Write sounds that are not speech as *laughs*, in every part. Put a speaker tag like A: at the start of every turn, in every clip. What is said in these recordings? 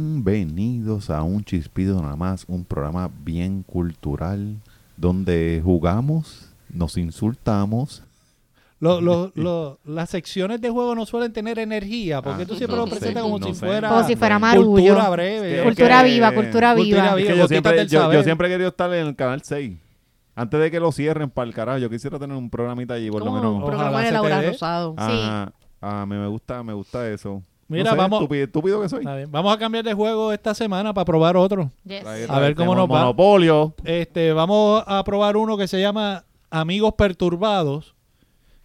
A: Bienvenidos a Un Chispido Nada más, un programa bien cultural donde jugamos, nos insultamos.
B: Lo- lo- lo- las secciones de juego no suelen tener energía, porque
A: Ah,
B: tú siempre
A: no
B: lo presentas
A: sé,
B: como
A: no
B: si
A: sé.
B: fuera
C: Como si fuera Marullo.
B: cultura breve.
A: Es que-
C: Cultura viva, cultura
B: Eh, Cultura
C: viva.
A: Es que yo,
B: gotitas
A: siempre,
B: del
A: yo,
B: saber.
A: yo siempre he querido estar en el canal 6. Antes de que lo cierren para el carajo, yo quisiera tener un programita allí, por lo
D: Como un
A: menos.
B: Ojalá
D: programa
B: se
D: de
B: te
D: Laura
B: dé.
C: Oh,
D: Rosado.
A: Ajá. Ah, me, me gusta, me gusta eso.
B: Mira,
A: No sé,
B: vamos-
A: Estúpido, estúpido que soy.
B: Está bien, Vamos a cambiar de juego esta semana para probar otro.
C: Yes.
A: Ahí
B: A ver cómo
A: tenemos
B: nos va.
A: Monopolio.
B: Este, vamos a probar uno que se llama Amigos Perturbados,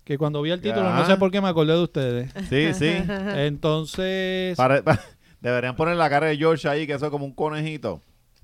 B: que cuando vi el título
A: Ya.
B: no sé por qué me acordé de
C: *laughs*
A: Sí,
B: ustedes.
A: sí.
B: Entonces,
A: Pare- *laughs* deberían poner la cara de George ahí, que eso es como un conejito.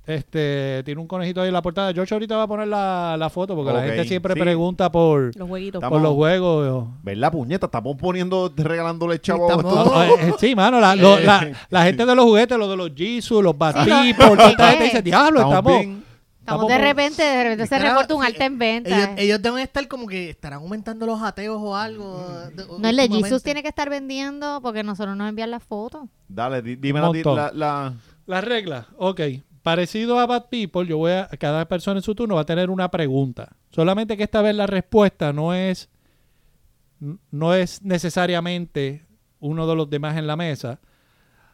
B: este, tiene un conejito ahí en la portada. George ahorita va a poner la, la foto porque
A: Ok,
B: la gente siempre
A: sí.
B: pregunta por,
D: Los jueguitos.
A: Estamos-
B: por los juegos.
A: ¿Verdad, puñeta? Estamos poniendo, regalándole chavo. a
D: Estamos-
A: estos-
B: *laughs* No, eh, eh, sí, mano, la, lo- la- la gente de los juguetes, los de los Jesus, los Batipos, toda esta gente dice, diablo, estamos...
A: bien.
C: Estamos de repente, de repente se
D: Claro,
C: reporta un
D: sí,
C: alta en venta.
D: Ellos, ellos deben estar como que estarán aumentando los ateos o algo. de-
C: no, el de
D: últimamente.
C: Jesus tiene que estar vendiendo porque nosotros nos envían las fotos.
A: Dale, di- dime la,
B: Montón.
A: la- la-
B: Las reglas, ok. Parecido a Bad People, yo voy a, cada persona en su turno va a tener una pregunta. Solamente que esta vez la respuesta no es, no es necesariamente uno de los demás en la mesa,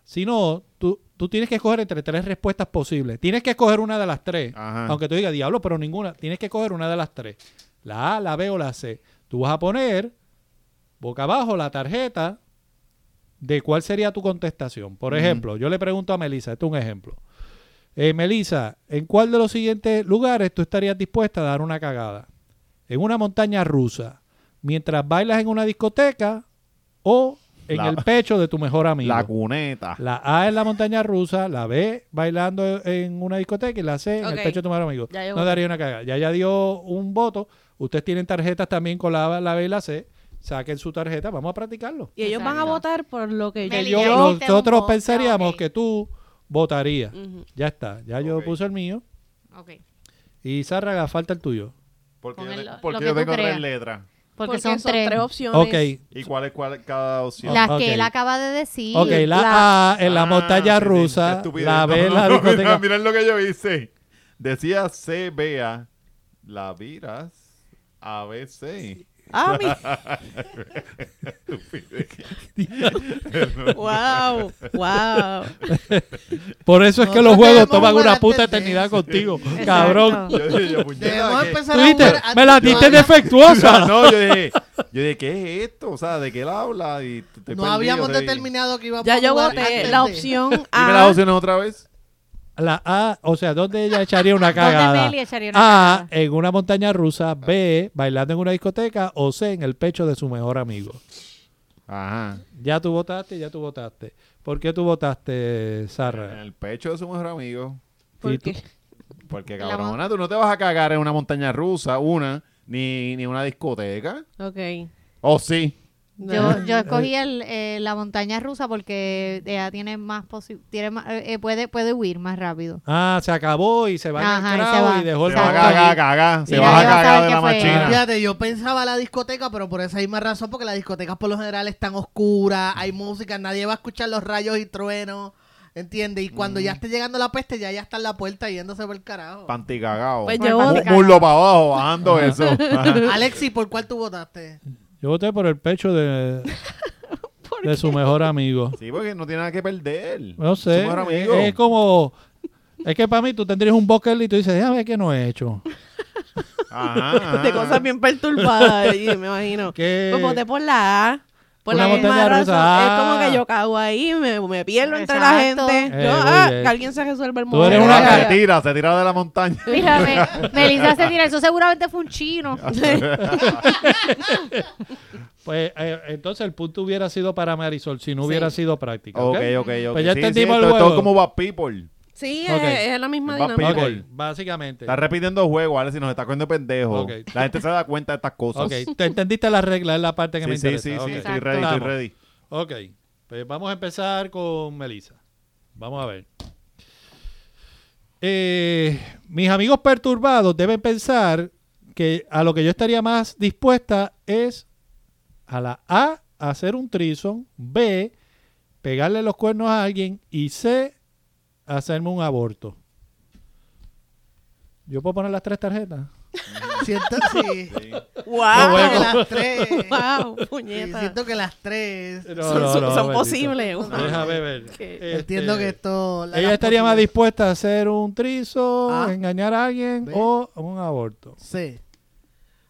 B: sino tú, tú tienes que escoger entre tres respuestas posibles. Tienes que escoger una de las tres.
A: Ajá.
B: Aunque tú digas, diablo, pero ninguna. Tienes que escoger una de las tres. La A, la B o la C. Tú vas a poner boca abajo la tarjeta de cuál sería tu contestación. Por
A: Ujú.
B: ejemplo, yo le pregunto a Melissa, este es un ejemplo. Eh, Melissa, ¿en cuál de los siguientes lugares tú estarías dispuesta a dar una cagada? ¿En una montaña rusa? ¿Mientras bailas en una discoteca o en
A: La-
B: el pecho de tu mejor amigo?
A: la cuneta.
B: La A en la montaña rusa, la B bailando en una discoteca y la C en
D: Ok.
B: el pecho de tu mejor amigo.
D: Ya yo
B: no
D: voté.
B: daría una cagada. Ya ya dio un voto. Ustedes tienen tarjetas también con la, la B y la C. Saquen su tarjeta, vamos a practicarlo.
E: Y ellos van a
C: Exacto.
E: votar por lo que
B: Que
C: Meli,
B: yo-
C: ya yo voté un
B: nosotros
C: voto.
B: pensaríamos
C: Ah, ok.
B: que tú votarías.
D: Mm.
E: Ujú.
B: Ya está, ya yo
A: Ok.
B: puse el mío.
C: Ok.
B: Y Zárraga, falta el tuyo.
A: Porque
C: Con
A: yo,
C: el-
A: te-
C: lo
A: porque
C: que
A: yo
C: tú
A: tengo tres
C: creas.
A: letras.
C: Porque, son, tres.
E: opciones.
B: Ok,
A: ¿Y cuál es cuál, cada opción? Ah,
C: Las
B: Ok.
C: que él acaba de decir.
B: ok, la, A en la montaña rusa,
A: *laughs*
B: la B en la discoteca.
A: Miren lo que yo hice. Decía CBA, la viras *laughs* ABC.
E: Ah, mi- wow,
D: *laughs*
E: wow.
B: Por eso es que los
D: Nosotros
B: juegos
D: tenemos
B: toman una
D: buena
B: puta
D: tendencia.
B: eternidad
D: *laughs*
B: contigo, cabrón.
A: Yo dije, yo,
D: Debemos
A: puñeta, ¿qué?
D: empezar
B: Tú
D: a
B: viste,
D: jugar
B: me la
D: antes-
B: diste
D: no,
B: defectuosa.
A: *laughs* No, yo dije, yo dije, ¿qué es esto? O sea, ¿de qué él habla? Y t- estoy
D: No
A: perdido,
D: habíamos
A: o sea, y-
D: determinado que íbamos
E: Ya
D: a
E: yo
D: jugar
E: voté
D: antes
E: la
D: de-
E: opción
A: Dime las
E: A.
A: opciones otra vez.
B: La A, o sea, ¿dónde ella echaría una
C: ¿Dónde
B: cagada?
C: Meli echaría una
B: A,
C: cagada?
B: en una montaña rusa. B, bailando en una discoteca. O C, en el pecho de su mejor amigo.
A: Ajá.
B: Ya tú votaste, ya tú votaste. ¿Por qué tú votaste,
A: En
B: Sara?
A: el pecho de su mejor amigo.
B: ¿Y
E: ¿Por
B: tú?
E: qué?
A: Porque,
C: La
A: cabrona, tú no te vas a cagar en una montaña rusa, una, ni, ni una discoteca.
E: Ok.
A: ¿O sí?
C: Yo, yo escogí el, eh, la montaña rusa porque ella tiene más posi- tiene más- eh, eh, puede, puede huir más rápido.
B: Ah, se acabó y se va en
C: Ajá,
B: el
C: y se
B: crowd y,
C: va.
B: dejó el
A: Se va a
C: Exacto.
B: montón.
A: cagar, cagar. Se
C: Mira,
A: va a
C: ya vas a
A: cagar
C: saber
A: de la
C: qué fue.
A: machina.
D: Fíjate, yo pensaba la discoteca, pero por esa misma razón, porque las discotecas por lo general están oscuras, hay música, nadie va a escuchar los rayos y truenos, ¿entiendes? Y cuando
A: Mm.
D: ya esté llegando la peste, ya ya está en la puerta yéndose por el carajo.
A: Panticagao.
E: Pues
A: Mu-
E: yo voté-
A: Muslo para abajo, bajando eso. Ah, Ajá.
D: Alexi, ¿por cuál
A: *laughs*
D: tú votaste?
B: Yo voté por el pecho
C: *laughs*
B: de, de su mejor amigo.
A: Sí, porque no tiene nada que perder.
B: No
A: Su
B: sé. Eh,
A: mejor amigo.
B: Es como. Es que para mí tú tendrías un bucket list y tú dices, déjame ver qué no he
C: *laughs*
B: hecho.
A: Ajá, ajá.
E: De cosas bien perturbadas ahí, me imagino.
B: Ah. ¿Qué?
E: Pues voté por la A. Por
B: Una
E: la misma
B: montaña
E: razón.
B: rusa.
E: Es como que yo cago ahí, me, me pierdo entre la
C: Exacto.
E: gente.
B: Eh,
E: Yo,
B: muy
E: ah,
B: bien.
E: que alguien se resuelva el
B: Tú eres
A: Pero
B: una
E: Ah,
A: se tira, se tira de la montaña.
C: *laughs* Mira, me- Melissa se tira, eso seguramente fue un chino.
B: Pues eh, entonces el punto hubiera sido para Marisol si no hubiera sido práctica.
A: Ok,
B: ¿ok?
A: ok, ok.
B: Pues ya
A: Sí,
B: entendimos
A: sí,
B: el
A: esto es
B: juego.
A: como Bad People.
E: Sí,
B: Ok.
E: es, es la misma
A: Va
E: dinámica.
A: pico.
B: Ok, básicamente.
A: Está repitiendo juego, Alex, si nos está cogiendo pendejo.
B: Ok.
A: La gente se da cuenta de estas cosas.
B: Ok, te entendiste la regla, es la parte que me
A: Sí, sí, sí,
B: interesa.
A: sí,
B: ok.
A: estoy
C: Exacto.
A: ready, estoy
B: Vamos.
A: ready.
B: Ok, pues vamos a empezar con Melissa. Vamos a ver. Eh, mis amigos perturbados deben pensar que a lo que yo estaría más dispuesta es a la A, hacer un trison, B, pegarle los cuernos a alguien y C, hacerme un aborto. ¿Yo puedo poner las tres tarjetas?
D: Siento, sí.
E: ¡Wow!
D: Siento que las
A: *laughs*
D: tres.
E: ¡Wow!
D: sí,
E: Puñeta.
D: siento que las tres.
B: No,
E: son
B: no,
E: son-
B: no,
E: son
B: bendito.
E: posibles.
B: Déjame ver.
E: Que-
B: Este,
D: Entiendo que esto. la-
B: Ella
D: la-
B: estaría más dispuesta a hacer un trizo,
D: Ah.
B: engañar a alguien
D: Ve.
B: o un aborto.
D: Sí.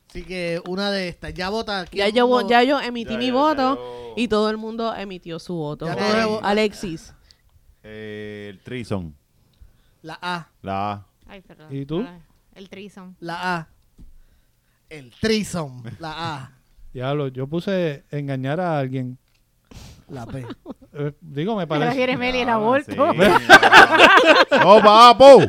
D: Así que una de estas. Ya vota aquí.
E: Ya
D: el
E: yo, vo-
D: mundo-
E: ya yo emití
A: Ya,
E: mi
A: ya, ya
E: voto
A: yo-
E: y todo el mundo emitió su voto.
D: Ya
E: Ok.
D: todo el-
E: Alexis.
A: Eh, el Trison.
D: La A.
A: La A.
C: Ay, perdón.
B: ¿Y tú?
C: Ah, El trison.
D: La A. El Trison. La A.
B: Diablo, yo puse engañar a alguien.
D: La P.
B: Eh, digo, me
C: Pero
B: parece.
C: quiere Meli el
A: Ah,
C: aborto.
A: sí. *laughs* ¡No, papo!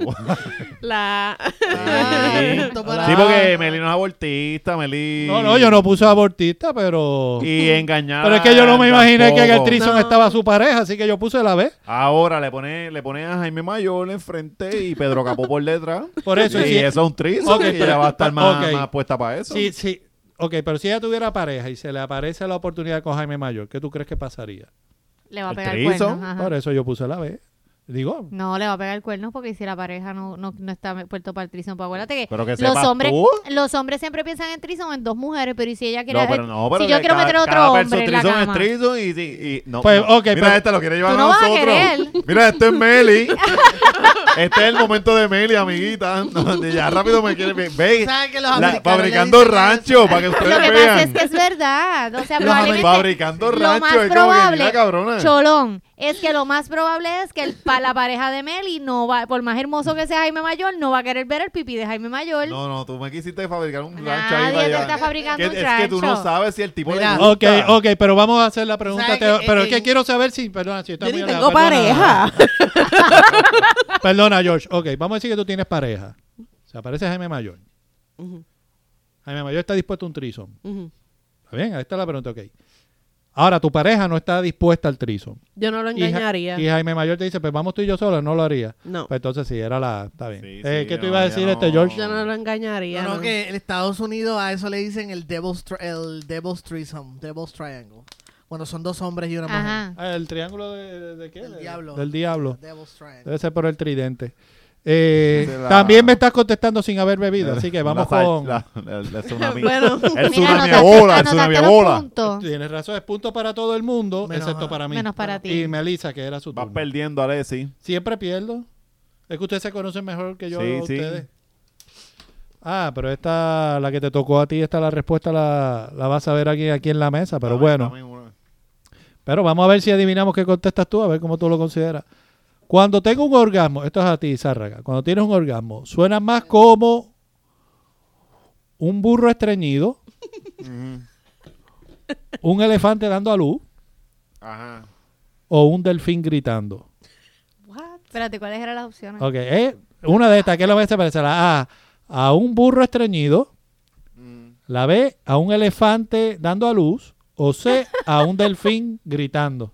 E: *laughs* La...
D: Punto Ah, para-
A: Sí, porque Meli no es abortista, Meli...
B: No, no, yo no puse abortista, pero.
A: Y engañada.
B: Pero es que yo no me imaginé que en el
A: tampoco.
B: trison
E: No.
B: estaba su pareja, así que yo puse la B.
A: Ahora le pone, le pone a Jaime Mayor enfrente y Pedro Capó por detrás.
B: Por eso,
A: Y
B: y si-
A: eso es un trison.
B: Ok,
A: que ella va a estar más,
B: ok.
A: más puesta para eso.
B: Sí, sí. Ok, pero si ella tuviera pareja y se le aparece la oportunidad con Jaime Mayor, ¿qué tú crees que pasaría?
C: *laughs* Le va a
A: El
C: pegar
A: trison.
C: cuernos. ajá.
B: Por eso yo puse la B. Digo,
C: No, le va a pegar cuernos porque si la pareja no, no, no está puesto para el trison, pues acuérdate que,
A: Pero que
C: los
A: sepas
C: hombres
A: tú.
C: los hombres siempre piensan en trison en dos mujeres, pero ¿y si ella quiere
A: No, pero no, pero
C: si yo
A: que
C: quiero
A: cada-
C: meter otro
A: cada perso
C: hombre en la
A: trison es
C: cama.
A: trison y, y- y- no,
B: Pues,
A: no.
B: ok,
A: Mira,
B: pero-
A: esta lo quiere llevar
C: Tú no
A: a
C: vas a
A: nosotros.
C: querer.
A: *laughs* Mira, esto es
C: *laughs*
A: Meli. este es el momento de Meli, amiguita. No, ya rápido me quiere. Ve, ve,
D: ¿Sabes que los
A: la-
D: americanos
A: fabricando
D: le dicen
A: rancho para que ustedes
C: Lo que
A: vean.
C: pasa es que es verdad, o
A: *laughs*
C: sea,
D: Los
C: probablemente
A: fabricando
C: lo
A: rancho.
C: más
A: es como que,
C: probable,
A: mira, cabrona.
C: Cholón, es que lo más probable es que el, pa- la pareja de Meli no va, por más hermoso que sea Jaime Mayor, no va a querer ver el pipí de Jaime Mayor.
A: No, no, tú me quisiste fabricar un rancho ahí. para
C: Nadie te
A: allá.
C: está fabricando
A: Que-
C: un
A: es que tú no
C: rancho.
A: sabes si el tipo
D: Mira.
A: le gusta.
B: Ok, ok, pero vamos a hacer la pregunta.
D: ¿Sabes
B: teo-
D: qué?
B: pero
D: Eh,
B: es que
D: eh.
B: quiero saber si. Perdona, si estoy
E: Yo ni
B: muy
E: tengo
B: enojado, perdona.
E: *laughs* pareja.
B: Perdona, George. Ok, vamos a decir que tú tienes pareja. Se aparece Jaime Mayor.
E: Ujú,
B: Jaime Mayor está dispuesto a un trison.
E: ujú.
B: ¿Está bien? Ahí está la pregunta, ok. Ahora, tu pareja no está dispuesta al trison.
E: Yo no lo
B: Y Ja-
E: engañaría.
B: Y, Jaime Mayor te dice, pues vamos tú y yo solo, no lo haría.
E: No.
B: Pues entonces sí, era la... Está bien.
A: Sí,
B: Eh,
A: sí,
B: ¿Qué tú
A: no,
B: ibas a
A: ya
B: decir,
A: no.
B: este George?
E: Yo no lo engañaría.
D: No, no,
E: no.
D: que en Estados Unidos a eso le dicen el Devil's, Tri- el devil's Threesome, Devil's Triangle. Bueno, son dos hombres y una mujer.
C: Ajá.
B: Ah, ¿El triángulo de, de- de qué?
D: Del
B: De-
D: diablo.
B: Del diablo.
D: Devil's Triangle.
B: Debe ser por el tridente. Eh,
A: De la-
B: También me estás contestando sin
A: *laughs*
B: haber bebido, así que
A: Una
B: vamos
A: sal-
B: con...
A: la- la- la
C: *laughs*
A: tsunami.
E: Bueno.
A: El
C: Mira,
A: tsunami a
C: anotaste-
A: bola, el
C: anotaste
A: tsunami a
C: los
A: bola.
C: puntos.
B: Tienes razón, es punto para todo el mundo,
D: Menos-
B: excepto para mí.
C: menos para ti.
B: Y Melissa, que era su
A: Vas
B: turno.
A: perdiendo, Alessi.
B: Siempre pierdo. Es que ustedes se conocen mejor que yo
A: Sí,
B: a
A: sí.
B: ustedes. Ah, pero esta, la que te tocó a ti, esta la respuesta la, la vas a ver aquí, aquí en la mesa, pero
A: Dame-
B: bueno.
A: dame una.
B: Pero vamos a ver si adivinamos qué contestas tú, a ver cómo tú lo consideras. Cuando tengo un orgasmo, esto es a ti, Zárraga, cuando tienes un orgasmo, suena más como un burro estreñido,
A: Ujú.
B: un elefante dando a luz
A: Ajá.
B: o un delfín gritando.
E: What?
C: Espérate, ¿cuáles eran las opciones?
B: Ok, eh, una de estas, ¿qué es la que se parece? La A, a un burro estreñido,
A: Mm.
B: la B, a un elefante dando a luz, o C, a un delfín gritando.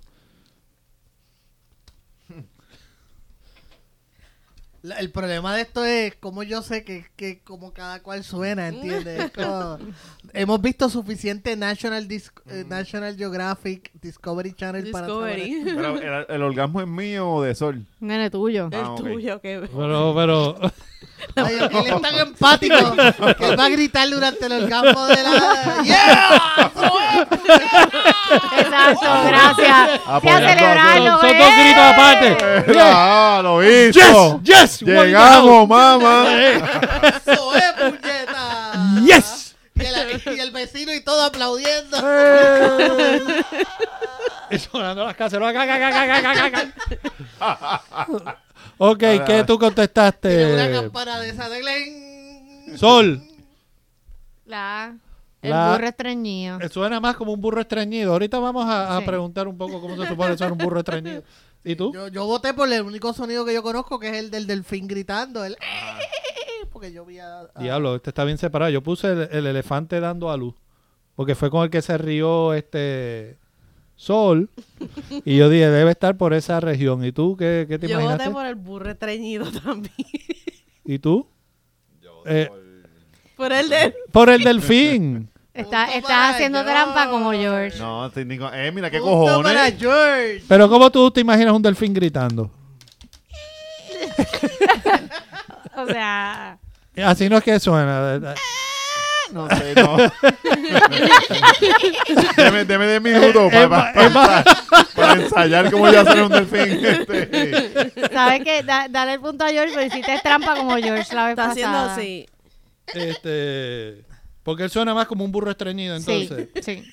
D: La- el problema de esto es como yo sé que, que como cada cual suena, ¿entiendes? Es como- hemos visto suficiente National, Dis- eh, National Geographic, Discovery Channel
E: *laughs*
D: para
E: Discovery.
B: *laughs*
A: Pero, ¿el, el orgasmo es mío o de sol?
C: Nene tuyo.
A: Ah,
E: El
A: ok.
E: tuyo que...
B: Pero, pero,
D: saber. Ay, él es tan empático que él va a gritar durante el orgasmo de la... ¡Yeah!
C: *laughs* Exacto,
B: Ah,
C: gracias. Sí,
A: Apoyando
C: a
A: a
B: pues, son, *laughs*
C: celebrarlo,
B: son dos
C: ¡eh!
B: gritos aparte.
A: ¡Ah, lo
B: Yes,
A: hizo!
B: yes, Eh,
A: ¡Llegamos, mamá!
D: ¡Eso es, puñeta!
B: Yes. *laughs*
D: Y el, y el vecino y todo aplaudiendo.
B: Eh. Y sonando las cacerolas. Ca, ca, ca, ca, ca, ca,
A: *laughs*
B: ca. ok, ¿qué tú
D: Tiene una
B: contestaste?
D: campana de esa de Glen.
B: Sol.
C: La, el
B: La-
C: burro estreñido.
B: Eh, Suena más como un burro estreñido. Ahorita vamos a, a
C: Sí.
B: preguntar un poco cómo se supone que suena un burro estreñido. ¿Y tú?
D: Yo, yo voté por el único sonido que yo conozco, que es el del delfín gritando. El...
A: Ah.
D: *laughs* Porque yo vi a... a-
B: Diablo, este está bien separado. Yo puse el, el elefante dando a luz. Porque fue con el que se rió este Sol. Y yo dije, debe estar por esa región. ¿Y tú qué, qué te
E: Yo voté
B: imaginaste?
E: por el burro estreñido *laughs* también.
B: ¿Y tú? Eh,
E: Por el de...
B: por el delfín.
C: Está,
D: Punto
C: estás
D: para
C: haciendo
D: George.
C: trampa como George.
A: No, sí, Nico- eh, mira qué
D: Punto para
A: cojones.
D: George.
B: Pero ¿cómo tú te imaginas un delfín gritando?
C: O
D: *laughs*
C: sea,
B: Así no es que suena. ¿verdad?
A: No sé, no. deme, deme 10 minutos para, ensayar cómo yo hacer un delfín. Este,
C: sabes que dale el punto a George, pero hiciste trampa como George la vez
E: Está haciendo
C: pasada.
E: así.
B: Este, porque él suena más como un burro estreñido, entonces. *laughs*
C: Sí, sí.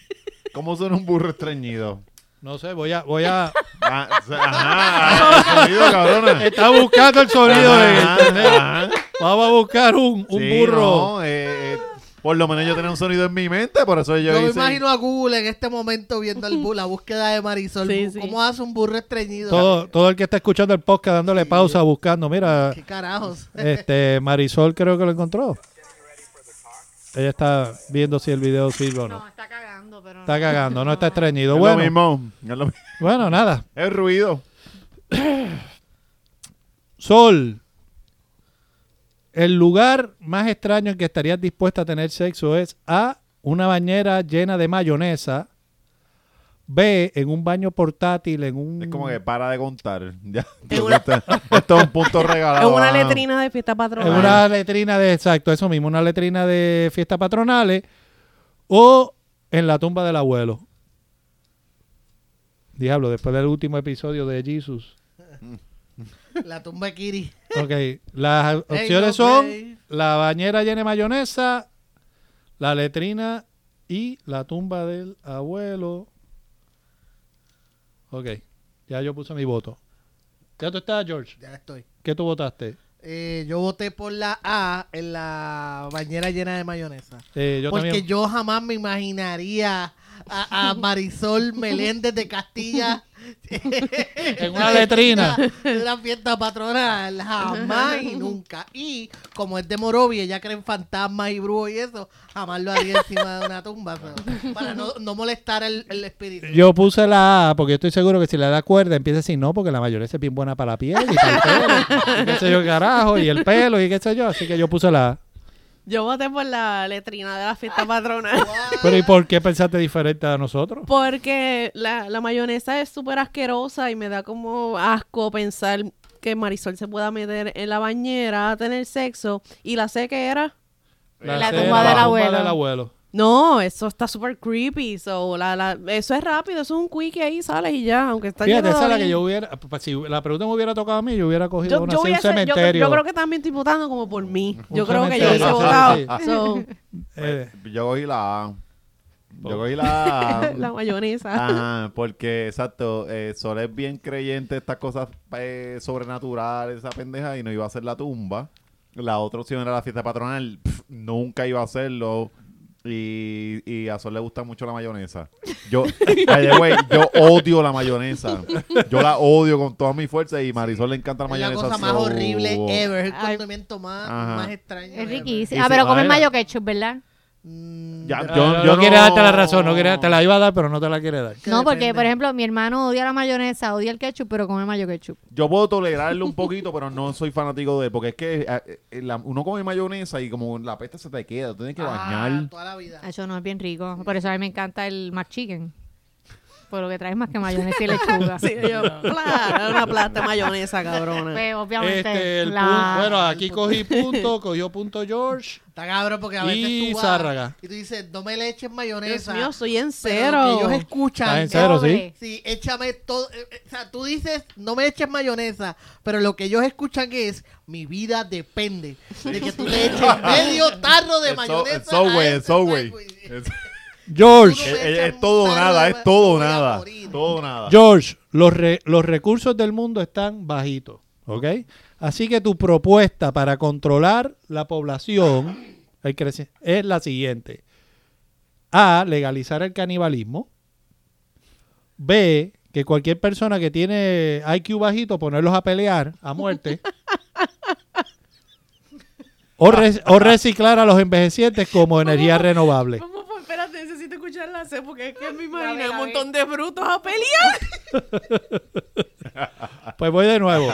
A: ¿Cómo suena un burro estreñido?
B: No sé, voy a, voy a.
A: Ah, o sea, ajá, el sonido, cabrona.
B: Está buscando el sonido de. ¿entendés?
A: Ajá, ajá.
B: Vamos a buscar un, un
A: Sí,
B: burro.
A: no, eh, eh, por lo menos yo tenía un sonido en mi mente, por eso yo,
D: Yo me
A: hice-
D: imagino a Google en este momento viendo el bu- la búsqueda de Marisol.
E: Sí,
D: Bu-
E: sí.
D: ¿Cómo hace un burro estreñido?
B: Todo, todo el que está escuchando el podcast dándole pausa, buscando. Mira,
D: ¿Qué carajos?
B: este Marisol creo que lo encontró. Ella está viendo si el video sirve o no.
C: No, está cagando, pero.
B: Está cagando, no está
A: Es
B: estreñido.
A: lo
B: Bueno,
A: mismo, es lo mismo. *laughs*
B: bueno, nada.
A: Es ruido.
B: Sol, el lugar más extraño en que estarías dispuesta a tener sexo es A, una bañera llena de mayonesa, B, en un baño portátil, en un...
A: Es como que para de contar. *laughs* Ya, esto, esto es un punto
E: *laughs* Es
A: regalado.
E: una
A: ah.
E: letrina de fiesta
B: en
E: patronal.
B: una letrina de... Exacto, eso mismo, una letrina de fiestas patronales o en la tumba del abuelo. Diablo, después del último episodio de Jesus.
D: La tumba de Kiri.
B: Ok, las opciones
D: no
B: son
D: way.
B: la bañera llena de mayonesa, la letrina y la tumba del abuelo. Ok, ya yo puse mi voto. ¿Ya tú estás, George?
D: Ya estoy.
B: ¿Qué tú votaste?
D: Eh, yo voté por la A en la bañera llena de mayonesa.
B: Eh, yo
D: porque
B: también.
D: yo jamás me imaginaría a, a Marisol Meléndez de Castilla
B: En una letrina.
D: *laughs* en una fiesta patronal. Jamás y nunca. Y como es de Morovi, ella cree en fantasmas y brujos y eso, jamás lo haría encima de una tumba. pero- para no, no molestar el, el espíritu.
B: Yo puse la A porque estoy seguro que si le da cuerda empieza así, no, porque la mayonesa es bien buena para la piel y para el pelo, y qué sé yo, carajo, y el pelo y qué sé yo. Así que yo puse la A.
E: Yo voté por la letrina de la fiesta patronal.
B: Pero ¿y por qué pensaste diferente a nosotros?
E: Porque la, la mayonesa es súper asquerosa y me da como asco pensar que Marisol se pueda meter en la bañera a tener sexo. Y la sé que era.
C: La
B: C,
C: tumba del abuelo.
B: del abuelo.
E: No, eso está súper creepy. So, la, la, eso es rápido, eso es un quickie ahí, sales y ya, aunque está
B: Fíjate,
E: lleno de
B: esa es la
E: orín.
B: que yo hubiera. pa- Si la pregunta me hubiera tocado a mí, yo hubiera cogido
E: yo,
B: una
E: yo
B: así, un
E: hubiese- yo-
B: cementerio.
E: Yo, creo que también estoy votando como por mí.
B: Un
E: Yo creo que yo
B: cementerio,
E: hubiese
B: sí,
E: votado. So,
B: Eh,
A: Pues, Yo cogí la A. Yo cogí la
B: Ah,
A: A.
E: *laughs* la mayonesa.
A: Ajá, porque exacto, eh, Sol es bien creyente de estas cosas eh, sobrenaturales, esa pendeja, y no iba a hacer la tumba. La otra opción era la fiesta patronal, pf, nunca iba a hacerlo. Y, y a Sol le gusta mucho la mayonesa.
B: *laughs*
A: Yo, by the way, yo odio la mayonesa. Yo la odio con toda mi fuerza y Marisol le encanta la
D: Es la
A: mayonesa.
D: cosa más
A: so-
D: horrible ever. Es el
C: Ay.
D: condimento más,
A: Ajá.
D: más extraño.
C: Es
D: ever.
A: Y
C: riquísimo. Ah,
A: si-
C: pero comen
B: ah,
C: mayo ketchup, ¿verdad?
D: Mm,
A: Ya, yo-
B: no, eh, no,
A: yo
B: no quiere
A: no-
B: darte la razón, no quiere, te la iba a dar, pero no te la quiere dar.
D: que
C: No, porque,
D: depende.
C: por ejemplo, mi hermano odia la mayonesa, odia el ketchup, pero come mayo ketchup.
A: Yo puedo tolerarlo un poquito, pero no soy fanático de él, porque es que eh, eh, la- uno come mayonesa y como la peste se te queda, tienes que
D: Ah,
A: bañar.
D: toda la vida.
C: Eso no es bien rico. Por eso a mí me encanta el McChicken. Por lo que traes más que *laughs* mayonesa y
B: ah.
C: lechuga.
E: Sí, yo, claro, una plata de mayonesa, cabrona.
C: Pues, obviamente.
B: Este, el
C: la-
B: pun- bueno, aquí cogí punto, cogió punto George.
D: Está cabrón porque a veces
B: Y
D: tú vas
B: Zárraga.
D: y tú dices, no me le eches
E: Dios
D: mayonesa.
E: mío, soy en
D: pero lo que
E: cero.
D: ellos escuchan.
B: Estás en cero,
C: pobre.
B: sí.
D: Sí, échame todo. eh, eh, O sea, tú dices, no me eches mayonesa, pero lo que ellos escuchan es, mi vida depende de que tú le eches
A: *laughs*
D: medio tarro de
A: El so-
D: mayonesa.
A: el Subway,
D: a
A: el
D: este
A: Subway.
D: sándwich.
A: Es,
D: Tú
B: George,
D: no
A: es-
D: me
A: es-
D: echas
A: es todo
D: un
A: o nada,
D: tarro,
A: es todo o
D: voy a
A: nada.
D: morir.
A: Todo o nada.
B: George, los, re- los recursos del mundo están bajitos, ¿ok? Así que tu propuesta para controlar la población el creci- es la siguiente. A, legalizar el canibalismo. B, que cualquier persona que tiene IQ bajito, ponerlos a pelear a muerte. O, re- o reciclar a los envejecientes como energía renovable.
E: Vamos, pues, espérate, necesito escuchar la C porque es que
C: Dale,
E: me imaginé
C: dale.
E: un montón de brutos a pelear.
B: Pues voy de nuevo.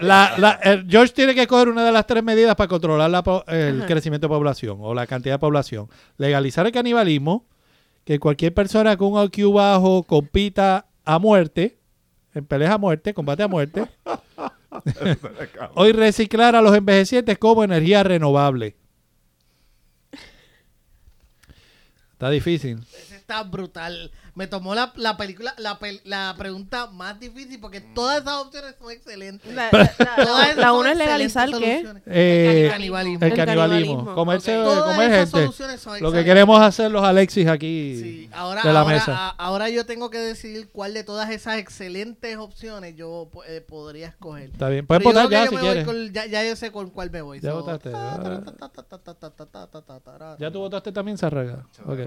B: La, la- el George tiene que coger una de las tres medidas para controlar la po- el crecimiento de población o la cantidad de población. Legalizar el canibalismo, que cualquier persona con un IQ bajo compita a muerte, en peleas a muerte, combate a muerte. Hoy reciclar a los envejecientes como energía renovable. Está difícil.
D: Ese está brutal. Me tomó la, la película, la, pel- la pregunta más difícil porque todas esas opciones son excelentes.
E: *laughs* La, la- la-
D: Todas esas
E: la
D: son
E: una es
D: excelentes
E: legalizar qué.
D: soluciones.
B: Eh,
D: El canibalismo.
B: el canibalismo.
E: El
B: este
E: canibalismo.
B: Comerse,
D: Ok. Todas
B: comer
D: esas
B: gente.
D: soluciones son
B: Lo que
D: excelentes.
B: queremos hacer los Alexis aquí
D: Sí, ahora,
B: de la
D: ahora, ah,
B: mesa.
D: a- ahora yo tengo que decidir cuál de todas esas excelentes opciones yo eh, podría escoger.
B: Está bien. Puedes
D: Pero yo
B: votar
D: creo
B: ya
D: que
B: si
D: yo me voy
B: quieres.
D: con- ya, ya yo sé con cuál me voy.
B: Ya votaste. Ah. Ya tú votaste también, Sarraga. Ok.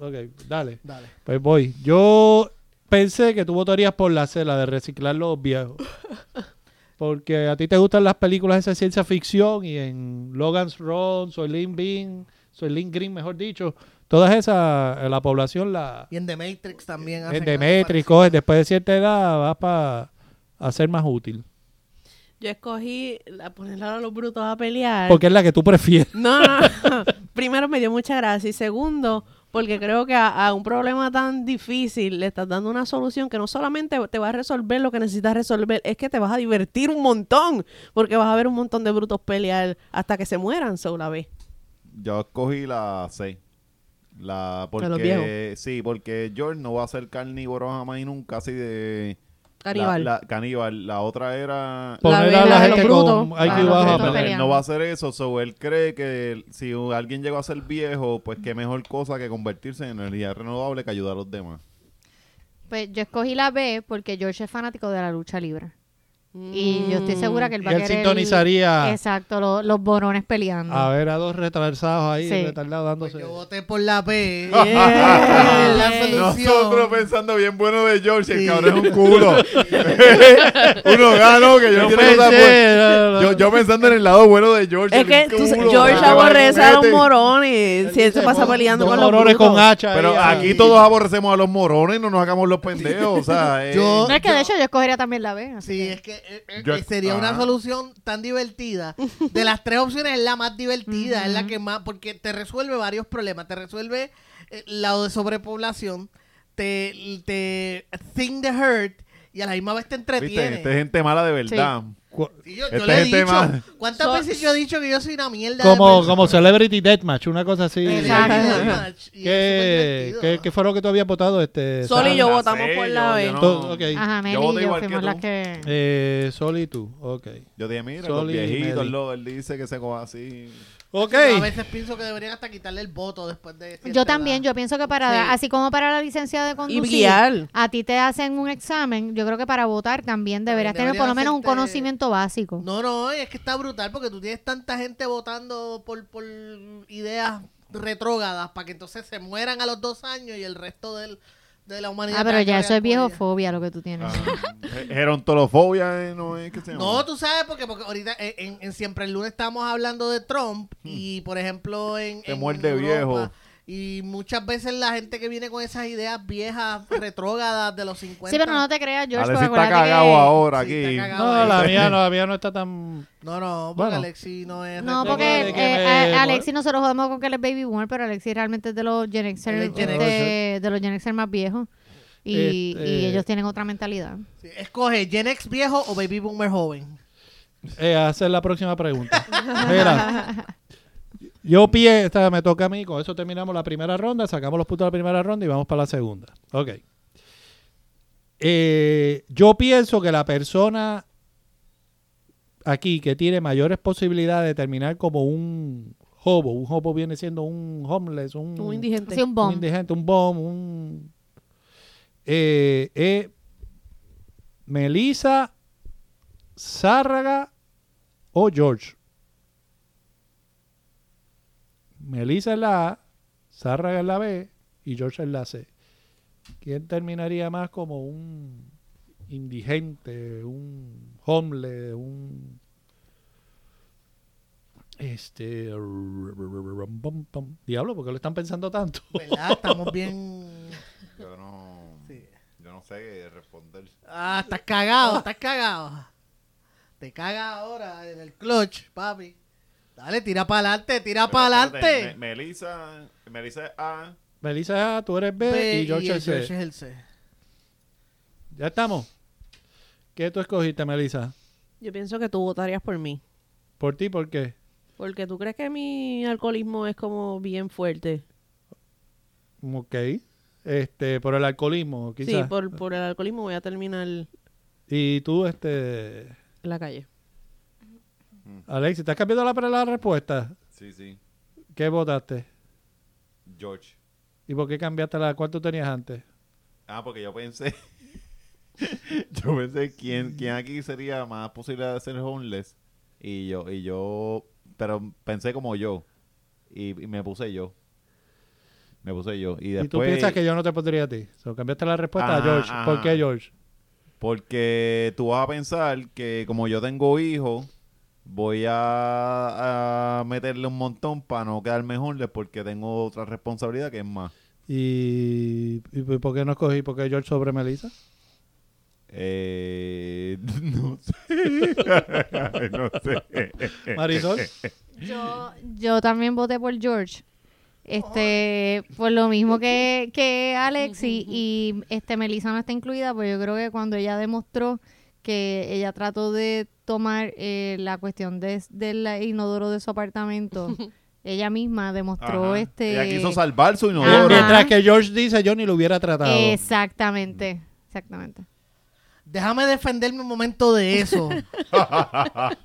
B: ok, dale.
D: Dale.
B: Pues voy. Yo pensé que tú votarías por la cela de reciclar los
D: *laughs*
B: viejos. Porque a ti te gustan las películas esas de ciencia ficción y en Logan's Run, Soylent Bean, Soylent Green, mejor dicho, todas esas, eh, la población la...
D: Y en The Matrix también. hacen
B: En
D: algo
B: Demetri,
D: parecido.
B: coge, después de cierta edad vas para hacer más útil.
E: Yo escogí la, poner a los brutos a pelear.
B: Porque es la que tú prefieres.
E: No, no, no. *laughs* Primero me dio mucha gracia y segundo, porque creo que a, a un problema tan difícil le estás dando una solución que no solamente te va a resolver lo que necesitas resolver, es que te vas a divertir un montón, porque vas a ver un montón de brutos pelear hasta que se mueran, sola vez.
A: Yo escogí la 6. La
E: los
A: porque
E: viejos.
A: sí, porque George no va a ser carnívoro jamás y nunca así de
E: Caníbal.
A: La, la- caníbal. La otra era
B: Poner
E: vela
B: a la
E: de los
B: gente
E: brutos.
B: con IQ
E: Ah, los
B: bajo a
C: brutos
A: Él-
B: pelear.
A: él no va a hacer eso, so él cree que si alguien llegó a ser viejo, pues qué mejor cosa que convertirse en energía renovable que ayudar a los demás.
C: Pues yo escogí la B porque George es fanático de la lucha libre. Y yo estoy segura que él va
B: Mm. Y
C: a
B: él
C: querer...
B: sintonizaría.
C: Exacto, lo- los borones peleando.
B: A ver a dos retrasados ahí,
C: Sí.
B: retardados dándose.
D: Pues Yo voté por
B: *laughs*
D: la B.
E: Yeah.
D: *laughs* la solución.
A: Nosotros pensando bien bueno de George, el
D: Sí.
A: cabrón es un culo.
D: *laughs*
A: Uno gano que yo,
B: Yo
A: no tiene
B: pensé, eh,
A: cosa buena.
B: no, no, no.
A: yo, yo pensando en el lado bueno de George.
E: Es
A: el
E: que tú-
A: culo,
E: George
A: vale,
E: aborrece a los
A: vete.
E: morones. Si él se pasa peleando
B: Dos
E: con los
B: morones
E: brutos.
B: con hacha.
A: Pero
B: ahí, ahí.
A: aquí todos aborrecemos a los morones, no nos hagamos los pendejos. O
D: *laughs*
A: sea, eh,
D: Yo-
C: No es que de hecho yo escogería también la B. así
D: Sí,
C: que-
D: es que eh, eh,
A: Yo-
D: eh, sería
A: ah.
D: una solución
C: *laughs*
D: tan divertida. De las tres opciones es la más divertida, es la que más, porque te resuelve varios problemas. Te resuelve eh, la de sobrepoblación, te, te think the hurt y a la misma vez te
A: viste,
D: entretiene.
B: este
A: esta es gente mala de verdad.
B: Cu-
D: Sí, yo,
B: este
D: yo
A: esta
D: le he
A: gente
D: dicho,
A: más-
D: ¿cuántas
E: So-
D: veces yo he dicho que yo soy una mierda? de
B: Como,
D: persona?
B: como Celebrity Deathmatch, una cosa así.
D: Sí,
C: Exacto.
D: es deathmatch, y es
B: ¿Qué,
D: súper
B: qué,
D: divertido.
B: qué fue lo que tú habías votado? Este,
E: Sol y
B: Sam?
E: yo
A: La
E: votamos
A: sé,
E: por
A: yo-
E: la
A: yo
E: B.
A: no-
B: To- ok.
C: Ajá, Mel
A: Yo
C: y
A: voto
C: yo
A: igual que
C: fuimos
A: tú.
C: las que...
B: Eh, Sol y tú, ok.
A: Yo dije, mira,
B: Sol
A: los
B: y
A: viejitos,
B: Meli.
A: lo, él dice que se coja así.
B: Ok.
D: A veces pienso que deberían hasta quitarle el voto después de... cierta
C: Yo
D: edad.
C: también, yo pienso que para,
D: Sí.
C: así como para la licencia de
E: Y
C: conducir,
E: guiar.
C: a ti te hacen un examen, yo creo que para votar también deberías
D: Debería
C: tener por lo menos un
D: hacerte-
C: conocimiento básico.
D: No, no, es que está brutal porque tú tienes tanta gente votando por, por ideas retrógadas para que entonces se mueran a los dos años y el resto del, de la humanidad.
C: ah, pero
D: tenga que
C: ya eso es
D: bregar con
C: viejofobia lo que tú tienes.
A: Ah, *laughs* ge- gerontolofobia, eh, no es que se
D: ella.
A: llama.
D: No, tú sabes porque, porque ahorita eh, en, en- en Siempre el Lunes estábamos hablando de Trump y, por ejemplo, en.
A: Te
D: en
A: Hmm. muerde viejo.
D: Y muchas veces la gente que viene con esas ideas
C: *laughs*
D: viejas, retrógadas de los 50.
C: Sí, pero no te creas, George,
A: Alexis
C: porque
A: está
C: acuérdate
A: cagado
C: que-
A: ahora
D: Sí, está
A: aquí.
D: cagado.
B: No, la
D: eh.
B: mía, no, la mía no está tan...
D: No, no, porque
B: Bueno.
D: Alexi no es.
C: No,
B: Recuerda
C: porque
B: de
C: eh,
B: que me-
C: a- a Alexis nosotros jodamos con que él es baby boomer, pero Alexis realmente es de los Gen Xer, este,
D: Él es Gen
C: de, de los Gen Xer más viejos. Y,
B: Este-
C: y ellos tienen otra mentalidad.
D: Sí, Escoge Gen X viejo o Baby Boomer joven.
B: Eh, hacer la próxima pregunta. Mira. Yo pie, esta me toca a mí, con eso terminamos la primera ronda, sacamos los puntos de la primera ronda y vamos para la segunda. Ok. Eh, yo pienso que la persona aquí que tiene mayores posibilidades de terminar como un hobo, un hobo viene siendo un homeless, un,
E: Un indigente.
C: Sí, un
B: un
C: bomb.
B: indigente, un bomb, un... Eh, eh, Melissa, Zárraga o George. Melissa es la A, Zárraga es la B y George es la C. ¿Quién terminaría más como un indigente, un homeless, un... Este... Diablo, ¿por qué lo están pensando tanto?
A: *laughs*
D: ¿Verdad? Estamos bien.
A: *laughs* Yo no,
D: Sí.
A: yo no sé qué responder.
D: Ah, estás cagado, estás cagado. Te cagas ahora en el clutch, papi. Dale, tira para adelante, tira para adelante.
A: Melissa, Melissa ah, es A.
B: Melissa, tú eres B, y George
D: Pues, el
B: es C.
D: George es el C.
B: Ya estamos. ¿Qué tú escogiste, Melissa?
E: Yo pienso que tú votarías por mí.
B: ¿Por ti? ¿Por qué?
E: Porque tú crees que mi alcoholismo es como bien fuerte.
B: Mm, Ok. Este, por el alcoholismo, quizás.
E: Sí, por, por el alcoholismo voy a terminar en
B: Y tú, este...
E: la calle.
B: Alex, ¿estás cambiando la, la respuesta?
A: Sí, sí.
B: ¿Qué votaste?
A: George.
B: ¿Y por qué cambiaste la cuál tú tenías antes?
A: Ah, porque yo pensé. *laughs* yo pensé quién, quién aquí sería más posible de ser homeless. Y yo, y yo. Pero pensé como yo. Y, y me puse yo. Me puse yo. Y después.
B: Y tú piensas que yo no te pondría a ti. So, cambiaste la respuesta a
A: Ah,
B: George. ¿Por
A: ah.
B: qué George?
A: Porque tú vas a pensar que como yo tengo hijos, voy a, a meterle un montón para no quedarme homeless porque tengo otra responsabilidad que es más.
B: ¿Y, y por qué no escogí? ¿Por qué George sobre Melissa?
A: Eh, *laughs* no sé. Ay, no sé.
B: Marisol.
A: eh,
C: Yo, yo también voté por George. Este, por lo mismo que, que Alex *laughs* y, y, este Melissa no está incluida, pues yo creo que cuando ella demostró que ella trató de tomar eh, la cuestión de- del inodoro de su *laughs* apartamento, ella misma demostró
A: Ajá.
C: este
A: Ella quiso salvar su
C: Ajá.
A: inodoro.
C: *laughs*
B: Mientras que George dice, yo ni lo hubiera tratado.
C: exactamente, exactamente.
D: Déjame defenderme un momento de eso.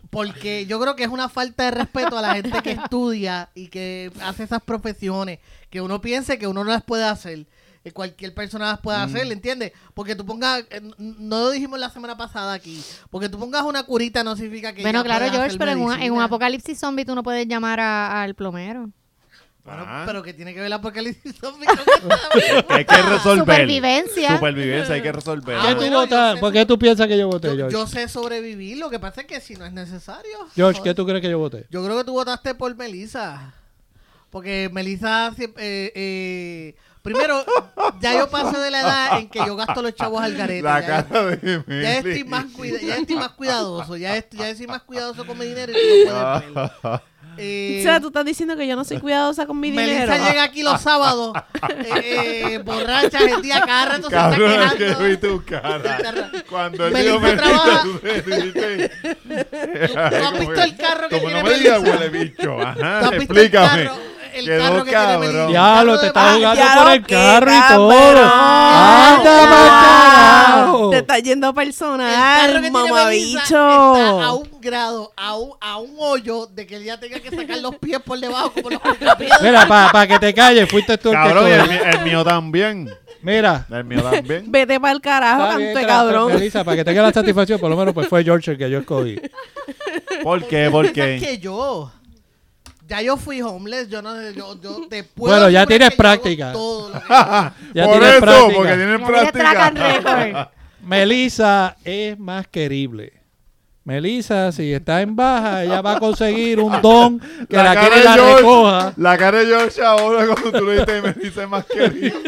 D: Porque yo creo que es una falta de respeto a la gente que estudia y que hace esas profesiones. Que uno piense que uno no las puede hacer. Que cualquier persona las puede hacer, ¿entiendes? Porque tú pongas, eh, n- no lo dijimos la semana pasada aquí, porque tú pongas una curita no significa que...
C: bueno,
D: ya
C: claro,
D: puedas
C: George,
D: hacer
C: pero en, una- en un
D: medicina.
C: apocalipsis zombie tú no puedes llamar a- al plomero.
D: Bueno,
A: Ajá.
D: pero que tiene que ver el apocalipsis zombie con esta
A: *laughs* Que hay que resolver.
C: Supervivencia.
A: Supervivencia, hay que resolver.
B: ¿Qué
D: Ah,
B: tú
D: bueno,
B: votas-
D: yo sé
B: ¿Por
D: si-
B: qué tú piensas que yo voté,
D: Yo,
B: George?
D: yo sé sobrevivir, lo que pasa es que si no es necesario.
B: George, ¿qué
D: joder.
B: tú crees que yo voté?
D: Yo creo que tú votaste por Melissa. Porque Melissa siempre. eh, eh,
A: *laughs*
D: primero, ya yo pasé de la edad en que yo gasto los chavos al garete.
A: La
D: ya,
A: cara de
D: ya
A: Meli.
D: estoy más cuida- ya estoy más cuidadoso. Ya, est- ya estoy más cuidadoso con mi dinero y tú no puedes ver.
A: *laughs*
D: Eh,
E: o sea, tú estás diciendo que yo no soy cuidadosa con mi dinero.
D: Melissa llega aquí los sábados,
A: *laughs*
D: eh, eh, borracha, el día cada rato
A: Cabrón, es
D: se está
A: que
D: quejando.
A: vi tu
D: *laughs*
A: cara. Cuando el
D: Melissa
A: tío me
D: trabaja-
A: ¿Tú
D: has visto el carro que
A: Como
D: tiene
A: no me digas
D: Melissa?
A: huele bicho. Ajá,
D: ¿Tú has visto el
A: explícame.
D: carro- el
A: Quedó
D: carro que tiene
A: cabrón.
D: Melissa?
A: Ya.
B: Diablo, te estás
D: Ah,
B: jugando
E: ya
B: por
E: lo
B: el carro y
E: quita,
B: todo.
E: pero-
B: ¡Anda,
E: Ah,
B: pa' carajo!
E: Te está yendo
D: El carro que
E: personal,
D: tiene Melissa Está a
E: mamabicho.
D: un grado, a un, a un hoyo de que él ya tenga que sacar los pies por debajo
A: *laughs*
D: como los picapiedras.
B: Mira, para que te calles, fuiste tú el que
A: Cabrón, y el,
B: escogió.
A: mío- el mío también.
B: Mira.
A: El mío también.
E: Vete para el
D: Ah,
E: carajo,
B: está bien,
E: canto de
B: tra-
E: cabrón.
B: Melissa, para que tenga la satisfacción, por lo menos pues fue George el que yo escogí.
A: ¿Por qué?
D: ¿Tú
A: ¿Por
D: piensas
A: *laughs* qué?
D: que yo. Ya yo fui homeless, yo no yo, yo te puedo
B: Bueno, ya
D: asegurar
B: tienes
D: que yo
B: práctica.
D: hago todo
B: *laughs*
D: lo que-
B: *laughs* Ya
A: Por
B: tienes
A: eso,
B: práctica.
A: porque tienen
C: Ya este tiene track
A: *laughs*
C: and
A: práctica.
B: *laughs*
C: record.
B: Melissa es más querible. Melissa, si está en baja, ella va a conseguir un don que la,
A: cara
B: quiere
A: de
B: la
A: George-
B: recoja.
A: La cara de George ahora *laughs* cuando tú le dices me dice más *laughs* querido.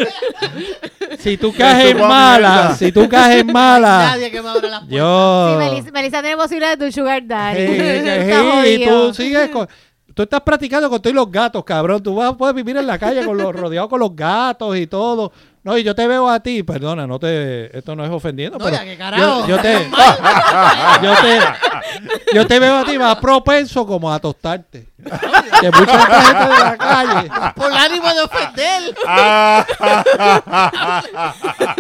B: Si tú caes en
A: supo a
B: mala,
A: mierda.
B: si tú caes en mala,
D: Nadie que me abra las puertas.
B: Dios.
C: *laughs* Sí, Melissa, Melissa tiene posibilidad de tu sugar daddy.
B: Sí,
C: *laughs* Está
B: sí, y
C: jodido.
B: tú sigues con- Tú estás practicando con todos los gatos, cabrón. Tú vas, puedes vivir en la calle con los, rodeado con los gatos y todo. No, y yo te veo a ti, perdona, no te, esto no es ofendiendo,
D: No,
B: pero
D: ya, ¿qué carajo?
B: yo, yo te, yo te, yo te veo a ti más propenso como a tostarte. Que mucha otra gente de la calle.
D: Por el ánimo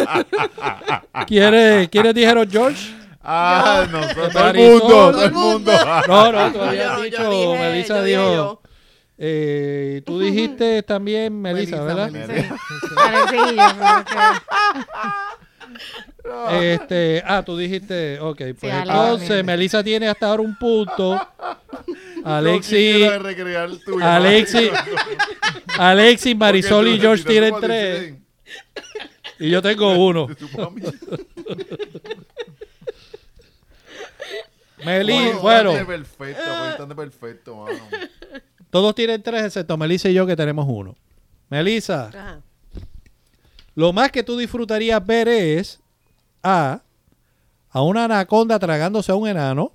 D: de ofender.
A: *laughs*
B: ¿Quiere, quiere dijeron George?
A: Ah, no, todo, el
B: Marisol.
A: mundo, todo
D: Todo el
A: el mundo.
B: No, no, tú
E: No,
B: habías
E: yo no, yo
B: dicho,
E: dije,
B: Melissa
E: yo dije
B: dijo.
E: yo.
B: eh, tú dijiste también Melissa, ¿verdad?
D: Melissa.
A: Melissa.
C: Parecillo, pero que-
B: Este, ah, tú dijiste, ok, pues
C: Alex
B: entonces
C: también.
B: Melissa tiene hasta ahora un
A: *laughs*
B: punto.
A: No
B: Alexi,
A: quiero recrear el tuyo. *laughs*
B: Alexi, Alexi, Marisol
A: Porque
B: y
A: tú-
B: George
A: si te
B: tienen
A: supo a
B: tres
A: 16,
B: y yo tengo
A: *laughs*
B: uno.
A: te supo a mí.
B: *laughs* Meli,
A: Oye,
B: bueno,
A: bastante perfecto, bastante perfecto, mano.
B: todos tienen tres excepto Melissa y yo que tenemos uno. Melissa,
E: Ajá. *laughs*
B: Lo más que tú disfrutarías ver es a, a una anaconda tragándose a un enano.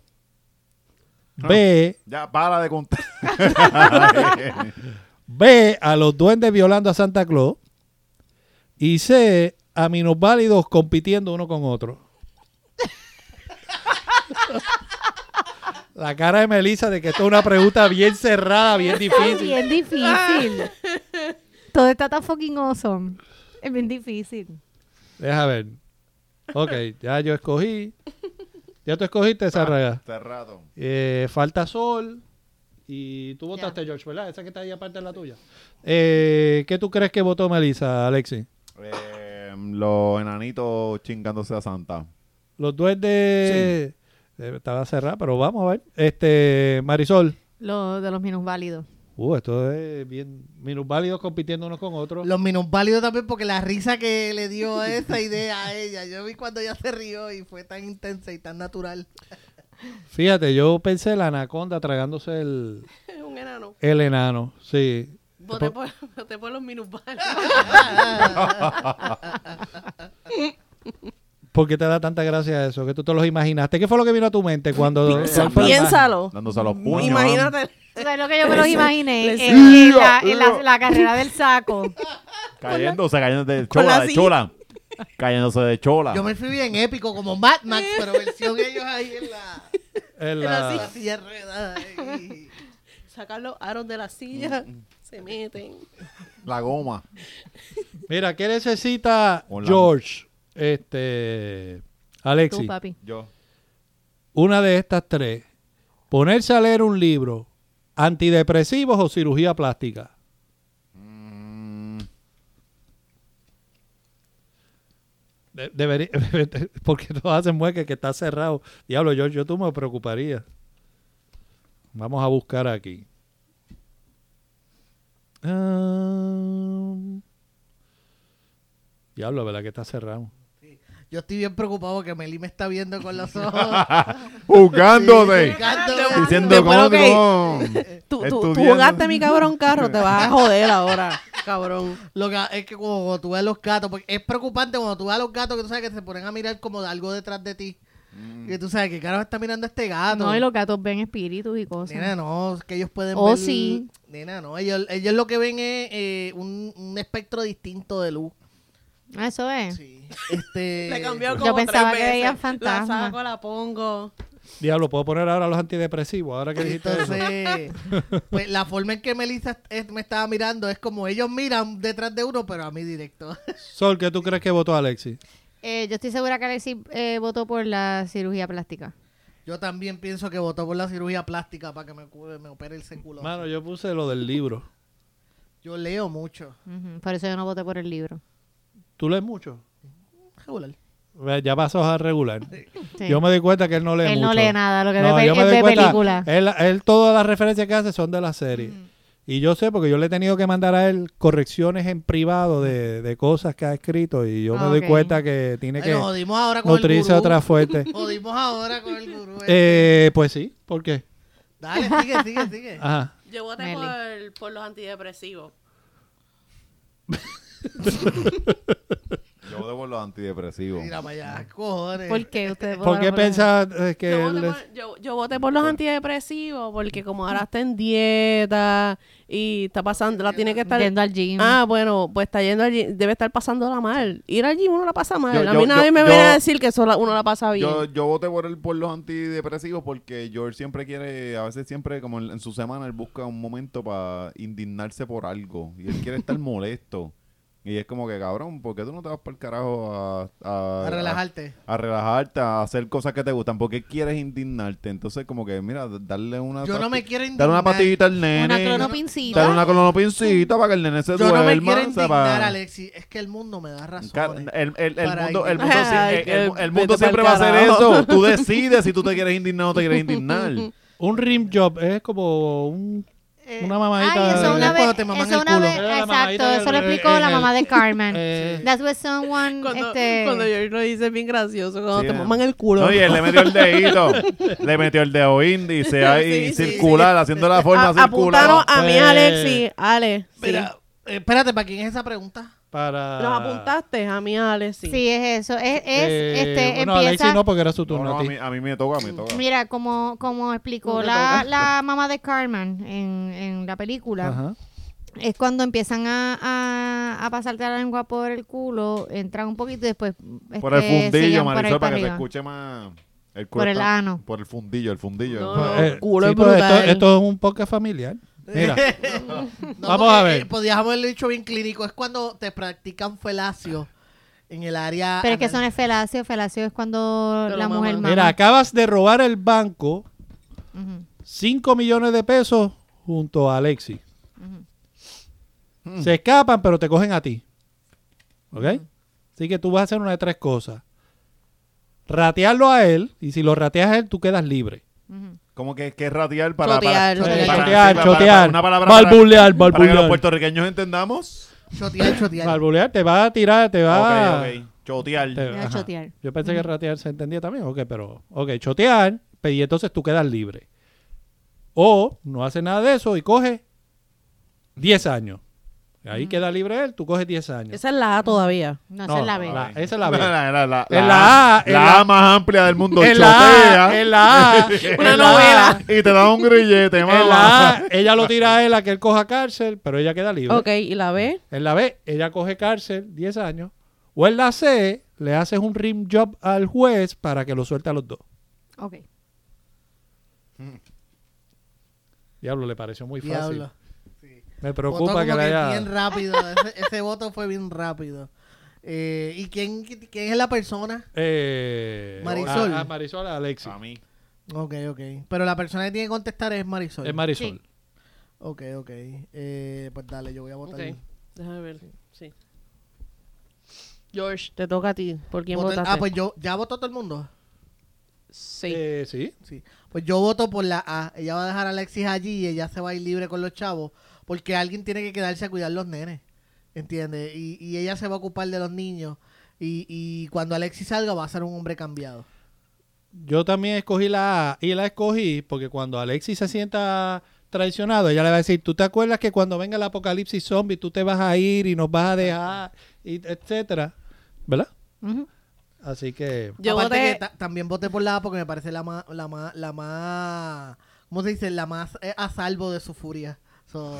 B: B,
A: Ya, para de *laughs* contar.
B: B, a los duendes violando a Santa Claus. Y C, a minusválidos compitiendo uno con otro. La cara de Melissa de que esto es una pregunta bien cerrada, bien difícil.
C: Bien difícil. *laughs* Todo está tan fucking awesome. Es bien difícil.
B: Deja ver. Ok, ya yo escogí. Ya tú escogiste esa raga.
A: Cerrado.
B: Eh, falta sol. Y tú votaste, George, ¿verdad? Esa que está ahí aparte es la tuya. Eh, ¿Qué tú crees que votó Melissa, Alexi?
A: Eh, los enanitos chingándose a Santa.
B: Los duendes. Eh, estaba cerrada, pero vamos a ver. Este, Marisol.
C: Lo de los *laughs* minusválidos.
B: Uh, esto es bien. Minusválidos compitiendo unos con otros.
D: Los minusválidos también porque la risa que le dio esa idea a ella. Yo vi cuando ella se rió y fue tan intensa y
B: *laughs*
D: tan natural.
B: Fíjate, yo pensé la anaconda tragándose el,
E: Es un enano.
B: el enano. Sí.
E: Voté por, *laughs* voté por los minusválidos.
C: *laughs*
B: ¿Por qué te da tanta gracia eso? Que tú te los imaginaste. ¿Qué fue lo que vino a tu mente cuando... cuál fue la
E: Piénsalo.
A: Dándose a los puños.
E: Imagínate.
C: ¿Sabes lo que yo me los imaginé?
E: les-
C: En- en la, en la- la carrera del saco.
A: Cayéndose, cayéndose de
E: con la
A: chola, de
E: silla.
A: chola. Cayéndose de chola.
D: Yo me fui bien épico como Mad Max, pero versión ellos ahí en la,
B: imagen? En la-
D: en la silla de ruedas, ahí.
E: Sacar los aros de la
C: Mm,
E: silla. Se meten.
A: La goma.
B: Mira, ¿qué necesita
A: Hola.
B: George? Este...
C: Tú,
B: Alexi,
C: papi.
A: Yo.
B: una de estas tres. Ponerse a leer un libro, antidepresivos o cirugía plástica.
A: Mm,
B: De- debería, *laughs* porque todos hacen mueque que está cerrado. Diablo, George, yo tú me preocuparía. Vamos a buscar aquí. Ah, diablo, ¿verdad que está cerrado?
D: Yo estoy bien preocupado que Meli me está viendo con los ojos.
B: *laughs*
A: Juzgándote.
D: Juzgándome.
A: Diciendo
E: Después,
A: cómo
E: ok. Tú, tú, tú
A: Estudiando.
E: jugaste mi cabrón carro. Te vas a joder *laughs* ahora, cabrón.
D: Lo que es que cuando tú ves los gatos, porque es preocupante cuando tú ves a los gatos que tú sabes que se ponen a mirar como de algo detrás de ti.
B: Mm.
D: Que tú sabes que carajo está mirando este gato.
C: No, y los gatos ven espíritus y cosas.
D: Nena, no, es que ellos pueden
C: Oh,
D: ver.
C: sí.
D: Nena, no, ellos, ellos lo que ven es eh, un, un espectro distinto de luz.
C: Ah, Eso es.
D: Sí.
C: *laughs*
D: Este.
E: Le cambió
C: Eh, Yo
E: como tres
C: pensaba que
E: veces.
C: veía
E: La
C: fantasmas.
E: saco, la pongo.
B: Diablo, ¿puedo poner ahora los antidepresivos? Ahora que
D: *laughs*
B: dijiste eso.
D: Entonces, pues, la forma en que Melissa es- me estaba mirando es como ellos miran detrás de uno, pero a mí directo. *laughs*
B: Sol, ¿qué tú crees que votó Alexi?
C: Eh, yo estoy segura que Alexis eh, votó por la cirugía plástica.
D: Yo también pienso que votó por la cirugía plástica para que me, cu- me opere el século.
B: Mano, yo puse lo del libro.
D: Yo leo mucho.
C: Ujú, Por eso yo no voté por el libro.
B: ¿Tú lees mucho?
D: Regular.
B: Ve, Ya pasó a regular.
C: Sí.
B: Yo me di cuenta que él no lee
C: Él
B: mucho.
C: no lee nada, lo que
B: No,
C: ve pe-
B: yo me
C: es
B: doy
C: ve
B: cuenta,
C: películas.
B: Él, él todas las referencias que hace son de la serie. Y yo sé, porque yo le he tenido que mandar a él correcciones en privado de, de cosas que ha escrito. Y yo
C: Ah,
B: me doy
C: ok.
B: cuenta que tiene
D: Ay,
B: que
D: nos jodimos ahora con el
B: nutrirse
D: gurú.
B: otra *laughs* fuente.
D: Jodimos ahora con el gurú. este.
B: Eh, pues sí, ¿por qué?
D: Dale, sigue, sigue, sigue.
B: Ajá.
E: Yo voté
C: Meli.
E: por, por los antidepresivos.
A: Yo debo los antidepresivos.
D: Mira para allá, cojones.
C: ¿Por qué ustedes
B: ¿Por qué
C: votaron él?
B: pensás eh, que
E: Yo
B: él
E: voté,
B: es-
E: por, yo- yo voté por los antidepresivos porque como ahora está en dieta y está pasando, la tiene que estar...
C: Yendo al gym.
E: Ah, bueno, pues está yendo allí, debe estar pasándola mal. Ir allí uno la pasa mal.
A: Yo-
E: a
A: yo-
E: mí nadie
A: yo-
E: me
A: yo-
E: viene a decir que solo uno la pasa bien.
A: Yo, yo voté por él por los antidepresivos porque George siempre quiere, a veces siempre, como en, en su semana, él busca un momento para indignarse por algo. Y él quiere
D: *laughs*
A: estar molesto. Y es como que, cabrón, ¿por qué tú no te vas para el carajo a...
D: A relajarte.
A: A, relajarte, a hacer cosas que te gustan. ¿Por qué quieres indignarte? Entonces, como que, mira, d- darle una...
D: Yo no
A: pati-
D: me quiero
A: Darle ah, una
D: indignar.
A: patillita al nene.
C: Una clonopincita.
A: Darle una clonopincita para que el nene se
D: Yo
A: duerma.
D: no me quiero indignar,
A: para-
D: Alexi. Es que el mundo me da razón.
A: Ca- eh, El, el- el
D: Para
A: mundo,
D: ir.
E: *laughs*
A: el mundo, sí-
E: Ay,
A: el- el-
E: que
A: el mundo
E: vete
A: siempre va a
E: pa'l
A: hacer
E: carajo.
A: eso. Tú decides si tú te quieres indignar o no te quieres
E: *laughs*
A: indignar.
B: Un rim job es como un- una mamadita.
C: Eh, Ay, eso
B: de-
C: una
D: Es
C: vez,
D: cuando te maman
C: eso
D: el
C: una
D: culo.
C: vez,
B: Era la
C: exacto,
B: mamadita en
C: eso lo
B: el-
C: explicó
B: en
C: la
B: el-
C: mamá de Carmen.
B: Eh.
C: That's what someone,
E: *laughs* cuando,
C: este,
E: cuando yo lo hice es bien gracioso, cuando
A: Sí,
E: te
A: eh.
E: maman el culo.
A: No, y él le metió el dedito. le metió el dedo índice ahí
E: Sí, sí,
A: circular, haciendo la forma
E: A-
A: circular.
E: apuntaron a
C: Pues,
E: mí,
B: Eh.
E: Alexi. Ale, sí.
D: Mira, eh, espérate, ¿para quién es
B: *laughs*
D: esa pregunta?
B: Para...
E: Los apuntaste a mí, Alexi.
C: sí es eso, es, es
B: Eh,
C: este,
B: bueno,
C: empieza,
B: Alexi no, porque era su
A: No,
B: turno
A: no,
B: a
A: a,
B: ti.
A: mí, a mí me toca, me toca.
C: mira, como, como explicó
E: No te
C: la,
E: toca.
C: la mamá de Carmen en, en la película,
B: Ajá.
C: es cuando empiezan a, a, a pasarte la lengua por el culo, entran un poquito y después,
A: Por el
C: este,
A: fundillo,
C: siguen por ahí
A: Marisol, para
C: para
A: que se
C: arriba.
A: escuche más. El
C: Por el
A: está-
C: ano.
A: Por el fundillo, el fundillo.
E: No,
A: el-
E: no.
B: Eh,
E: culo es
B: pues esto,
E: brutal.
B: esto es un podcast familiar.
E: *laughs*
B: Mira,
D: No,
B: Vamos
D: porque,
B: a ver.
D: eh, podías haberlo dicho bien clínico. Es cuando te practican felacio en el área.
C: Pero es que
D: anal.
C: eso no es felacio. Felacio es cuando
E: Pero
C: la
E: mamá.
C: mujer mama.
B: mira, acabas de robar el banco
C: Ujú.
B: 5 millones de pesos junto a Alexi. Se escapan, pero te cogen a ti. ¿Ok? Así que tú vas a hacer una de tres cosas. Ratearlo a él, y si lo rateas a él, tú quedas libre.
A: Como que, que es ratear para...
E: Chotear,
A: para,
E: chotear.
A: para-
B: Chotear,
A: sí, para- para-
B: chotear.
A: Una palabra para, para
B: Balbulear,
A: que los
B: balbulear.
A: puertorriqueños entendamos.
D: Chotear, chotear.
B: Balbulear te va a tirar, te va
A: Ok, ok. Chotear.
B: Ah. te-
C: Voy a
B: ajá.
C: chotear.
B: Yo pensé que ratear se entendía también, ok, pero, ok, chotear, pe- y entonces tú quedas libre. O no hace nada de eso y coge 10 años. Ahí queda libre él, tú coges 10 años.
E: Esa es la A todavía.
C: No, esa es la B.
B: esa es la
A: *laughs*
B: B.
A: La, la- la-
B: En
A: la-
B: la A, en
A: la
B: la-
A: A más amplia del mundo.
B: En la A,
A: chotea.
B: en
A: *laughs*
B: la A,
E: Una
B: en la A,
E: novela.
A: Y te da un grillete,
B: En
A: mamá.
B: la A, ella lo tira a él a que él coja cárcel, pero ella queda libre.
E: Ok, y la B.
B: En la B, ella coge cárcel, 10 años. O en la C, le haces un rim job al juez para que lo suelte a los dos.
C: Ok.
B: Diablo, le pareció muy fácil.
D: Diablo.
B: Me
D: Votó
B: preocupa
D: como
B: que le
D: que
B: haya...
D: bien rápido. Ese, ese voto fue bien rápido. Eh, ¿Y quién, quién es la persona?
B: Eh,
D: Marisol.
B: a- a Marisol a Alexis.
A: A mí.
D: Ok, ok. Pero la persona que tiene que contestar es Marisol.
B: Es Marisol.
D: ok, ok. Eh, pues dale, yo voy a votar.
E: Ok. Déjame ver. Sí. George, te toca a ti. ¿Por quién
D: Voté-
E: votaste?
D: ah, pues yo, ¿ya votó todo el mundo?
E: sí.
B: Eh, sí.
D: Sí. Pues yo voto por la A. Ella va a dejar a Alexis allí y ella se va a ir libre con los chavos. Porque alguien tiene que quedarse a cuidar los nenes. ¿Entiendes? Y, y ella se va a ocupar de los niños. Y, y cuando Alexis salga va a ser un hombre cambiado.
B: Yo también escogí la A y la escogí porque cuando Alexis se sienta traicionado, ella le va a decir, ¿tú te acuerdas que cuando venga el apocalipsis zombie tú te vas a ir y nos vas a dejar, y etcétera? ¿Verdad?
C: Ujú.
B: Así que...
E: Yo
D: Aparte
E: voté-
D: que ta- también voté por la A porque me parece la más, la más, la más, ¿cómo se dice? La más eh, a salvo de su furia.
A: *laughs*
D: So,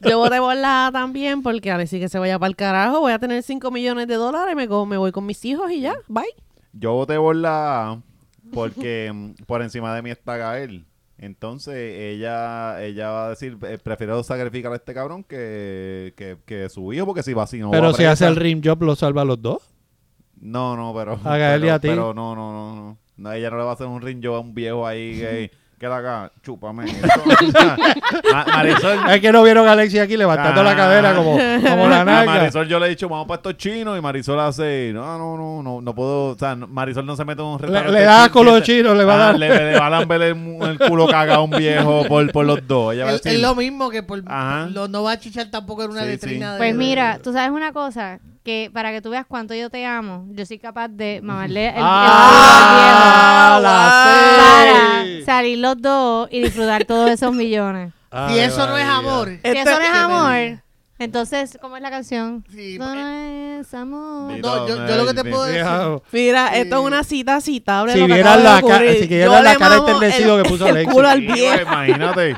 E: Yo voté por la A también porque Alexis que se vaya para el carajo. Voy a tener 5 millones de dólares. Me, co- me voy con mis hijos y ya. Bye.
A: Yo voté por la A porque *laughs* mm, por encima de mí está Gael. Entonces ella ella va a decir, eh, prefiero sacrificar a este cabrón que, que, que su hijo, porque si va así no va
B: pero
A: a
B: si hace el
A: presa.
B: rim job, ¿lo salva a los dos?
A: No, no, pero...
B: A Gael y
A: pero,
B: a ti.
A: Pero no, no, no, no. No, ella no le va a hacer un ring yo a un viejo ahí
B: *laughs*
A: que... Queda acá, chúpame. *laughs* Ma- Marisol,
B: Es que no vieron a Alexis aquí levantando la
A: Ah.
B: cadera como, como
A: *laughs*
B: la
A: A
B: naga.
A: Marisol yo le he dicho, vamos para estos chinos. Y Marisol hace, no, no, no, no, no puedo. O sea, no- Marisol no se mete en un restaurante.
B: le da asco
A: chino,
B: los chinos, le va a
A: Ah,
B: dar.
A: Le, le va a lamber el, mu- el culo cagado a un viejo por, por los dos. Ella va a
D: es,
A: decir,
D: es lo mismo que por,
A: Ajá.
D: lo- no va a chichar tampoco en una
A: Sí, sí.
D: letrina de...
C: Pues mira, tú sabes una cosa, que para que tú veas cuánto yo te amo, yo soy capaz de mamarle el, el
B: Ah,
C: culo
B: la
C: al
B: sí.
C: viejo para salir los dos y disfrutar todos esos millones.
A: Ah,
D: si
B: Ay,
D: eso no es
B: María.
D: amor.
C: Si
E: Este-
C: eso no es
D: Qué
C: amor,
D: maravilla.
C: entonces, ¿cómo es la canción?
D: Sí,
C: no,
D: eh.
C: no es amor.
A: Dilo,
D: No, yo, yo lo que te
A: Melvin.
D: puedo decir...
B: Viejo.
E: Mira,
D: Sí.
E: esto es una cita citable.
B: Si
E: lo que
B: vieran
E: acaba de
B: la ca-
E: ocurrir.
B: si vieran
E: Yo
B: la
E: le
B: cara
E: mamo
B: enternecido
E: el-
B: que puso
E: *laughs* El
B: Alexis.
E: culo al
A: Sí, güey,
D: *laughs*
E: viejo.
A: Imagínate.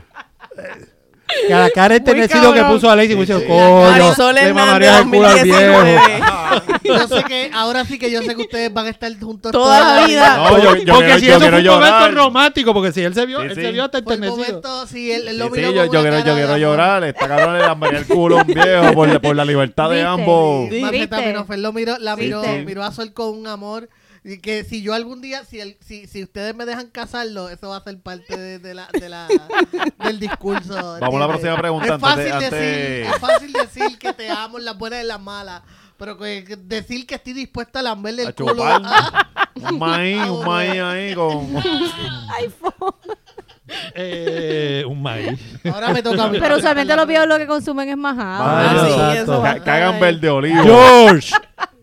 B: Que a la cara enternecido que
E: cabrón.
B: puso Alexis, me dice,
A: sí.
B: coño,
E: Marisol
B: le
E: Hernández
B: mamaría el culo al viejo.
E: 2019.
D: Yo sé que ahora sí que yo sé que ustedes van a estar juntos
E: Toda la vida.
A: No, yo, yo
B: porque
A: quiero,
B: si
A: yo quiero
B: eso fue un
A: llorar.
B: momento romántico, porque si él se vio,
A: Sí,
B: él
A: sí.
B: se vio hasta
D: Por el
B: enternecido.
D: momento, sí, él, él
A: Sí,
D: lo
A: pues sí,
D: miró
A: yo,
D: con
A: yo
D: una
A: quiero,
D: cara
A: yo
D: de
A: quiero
D: amor.
A: llorar. Esta cabrón le lambería el culo a un viejo por, por la libertad de
C: ¿Viste?
A: ambos.
C: Sí.
D: Metanfenofel lo miró, la miró,
A: ¿Viste?
D: miró a Sol con un amor. Y que si yo algún día, si, el- si, si ustedes me dejan casarlo, eso va a ser parte de, de la, de la- del discurso.
A: *laughs* Vamos a la
D: ¿entiendes?
A: próxima pregunta,
D: Es fácil,
A: antes-
D: decir,
A: antes-
D: es fácil decir que te amo en las buenas y en las malas. Pero que- que decir que estoy dispuesta a lamberle el
A: A
D: culo.
A: chupar.
D: ah,
A: Un maíz, un maíz ahí con.
D: *laughs*
A: *laughs*
B: Eh, un maíz.
D: ahora me toca a mí.
C: Pero usualmente los viejos lo que consumen es majada.
A: Ah,
B: Ah,
A: sí,
B: exacto.
E: eso va.
A: Ca- Cagan verde olivo.
B: George,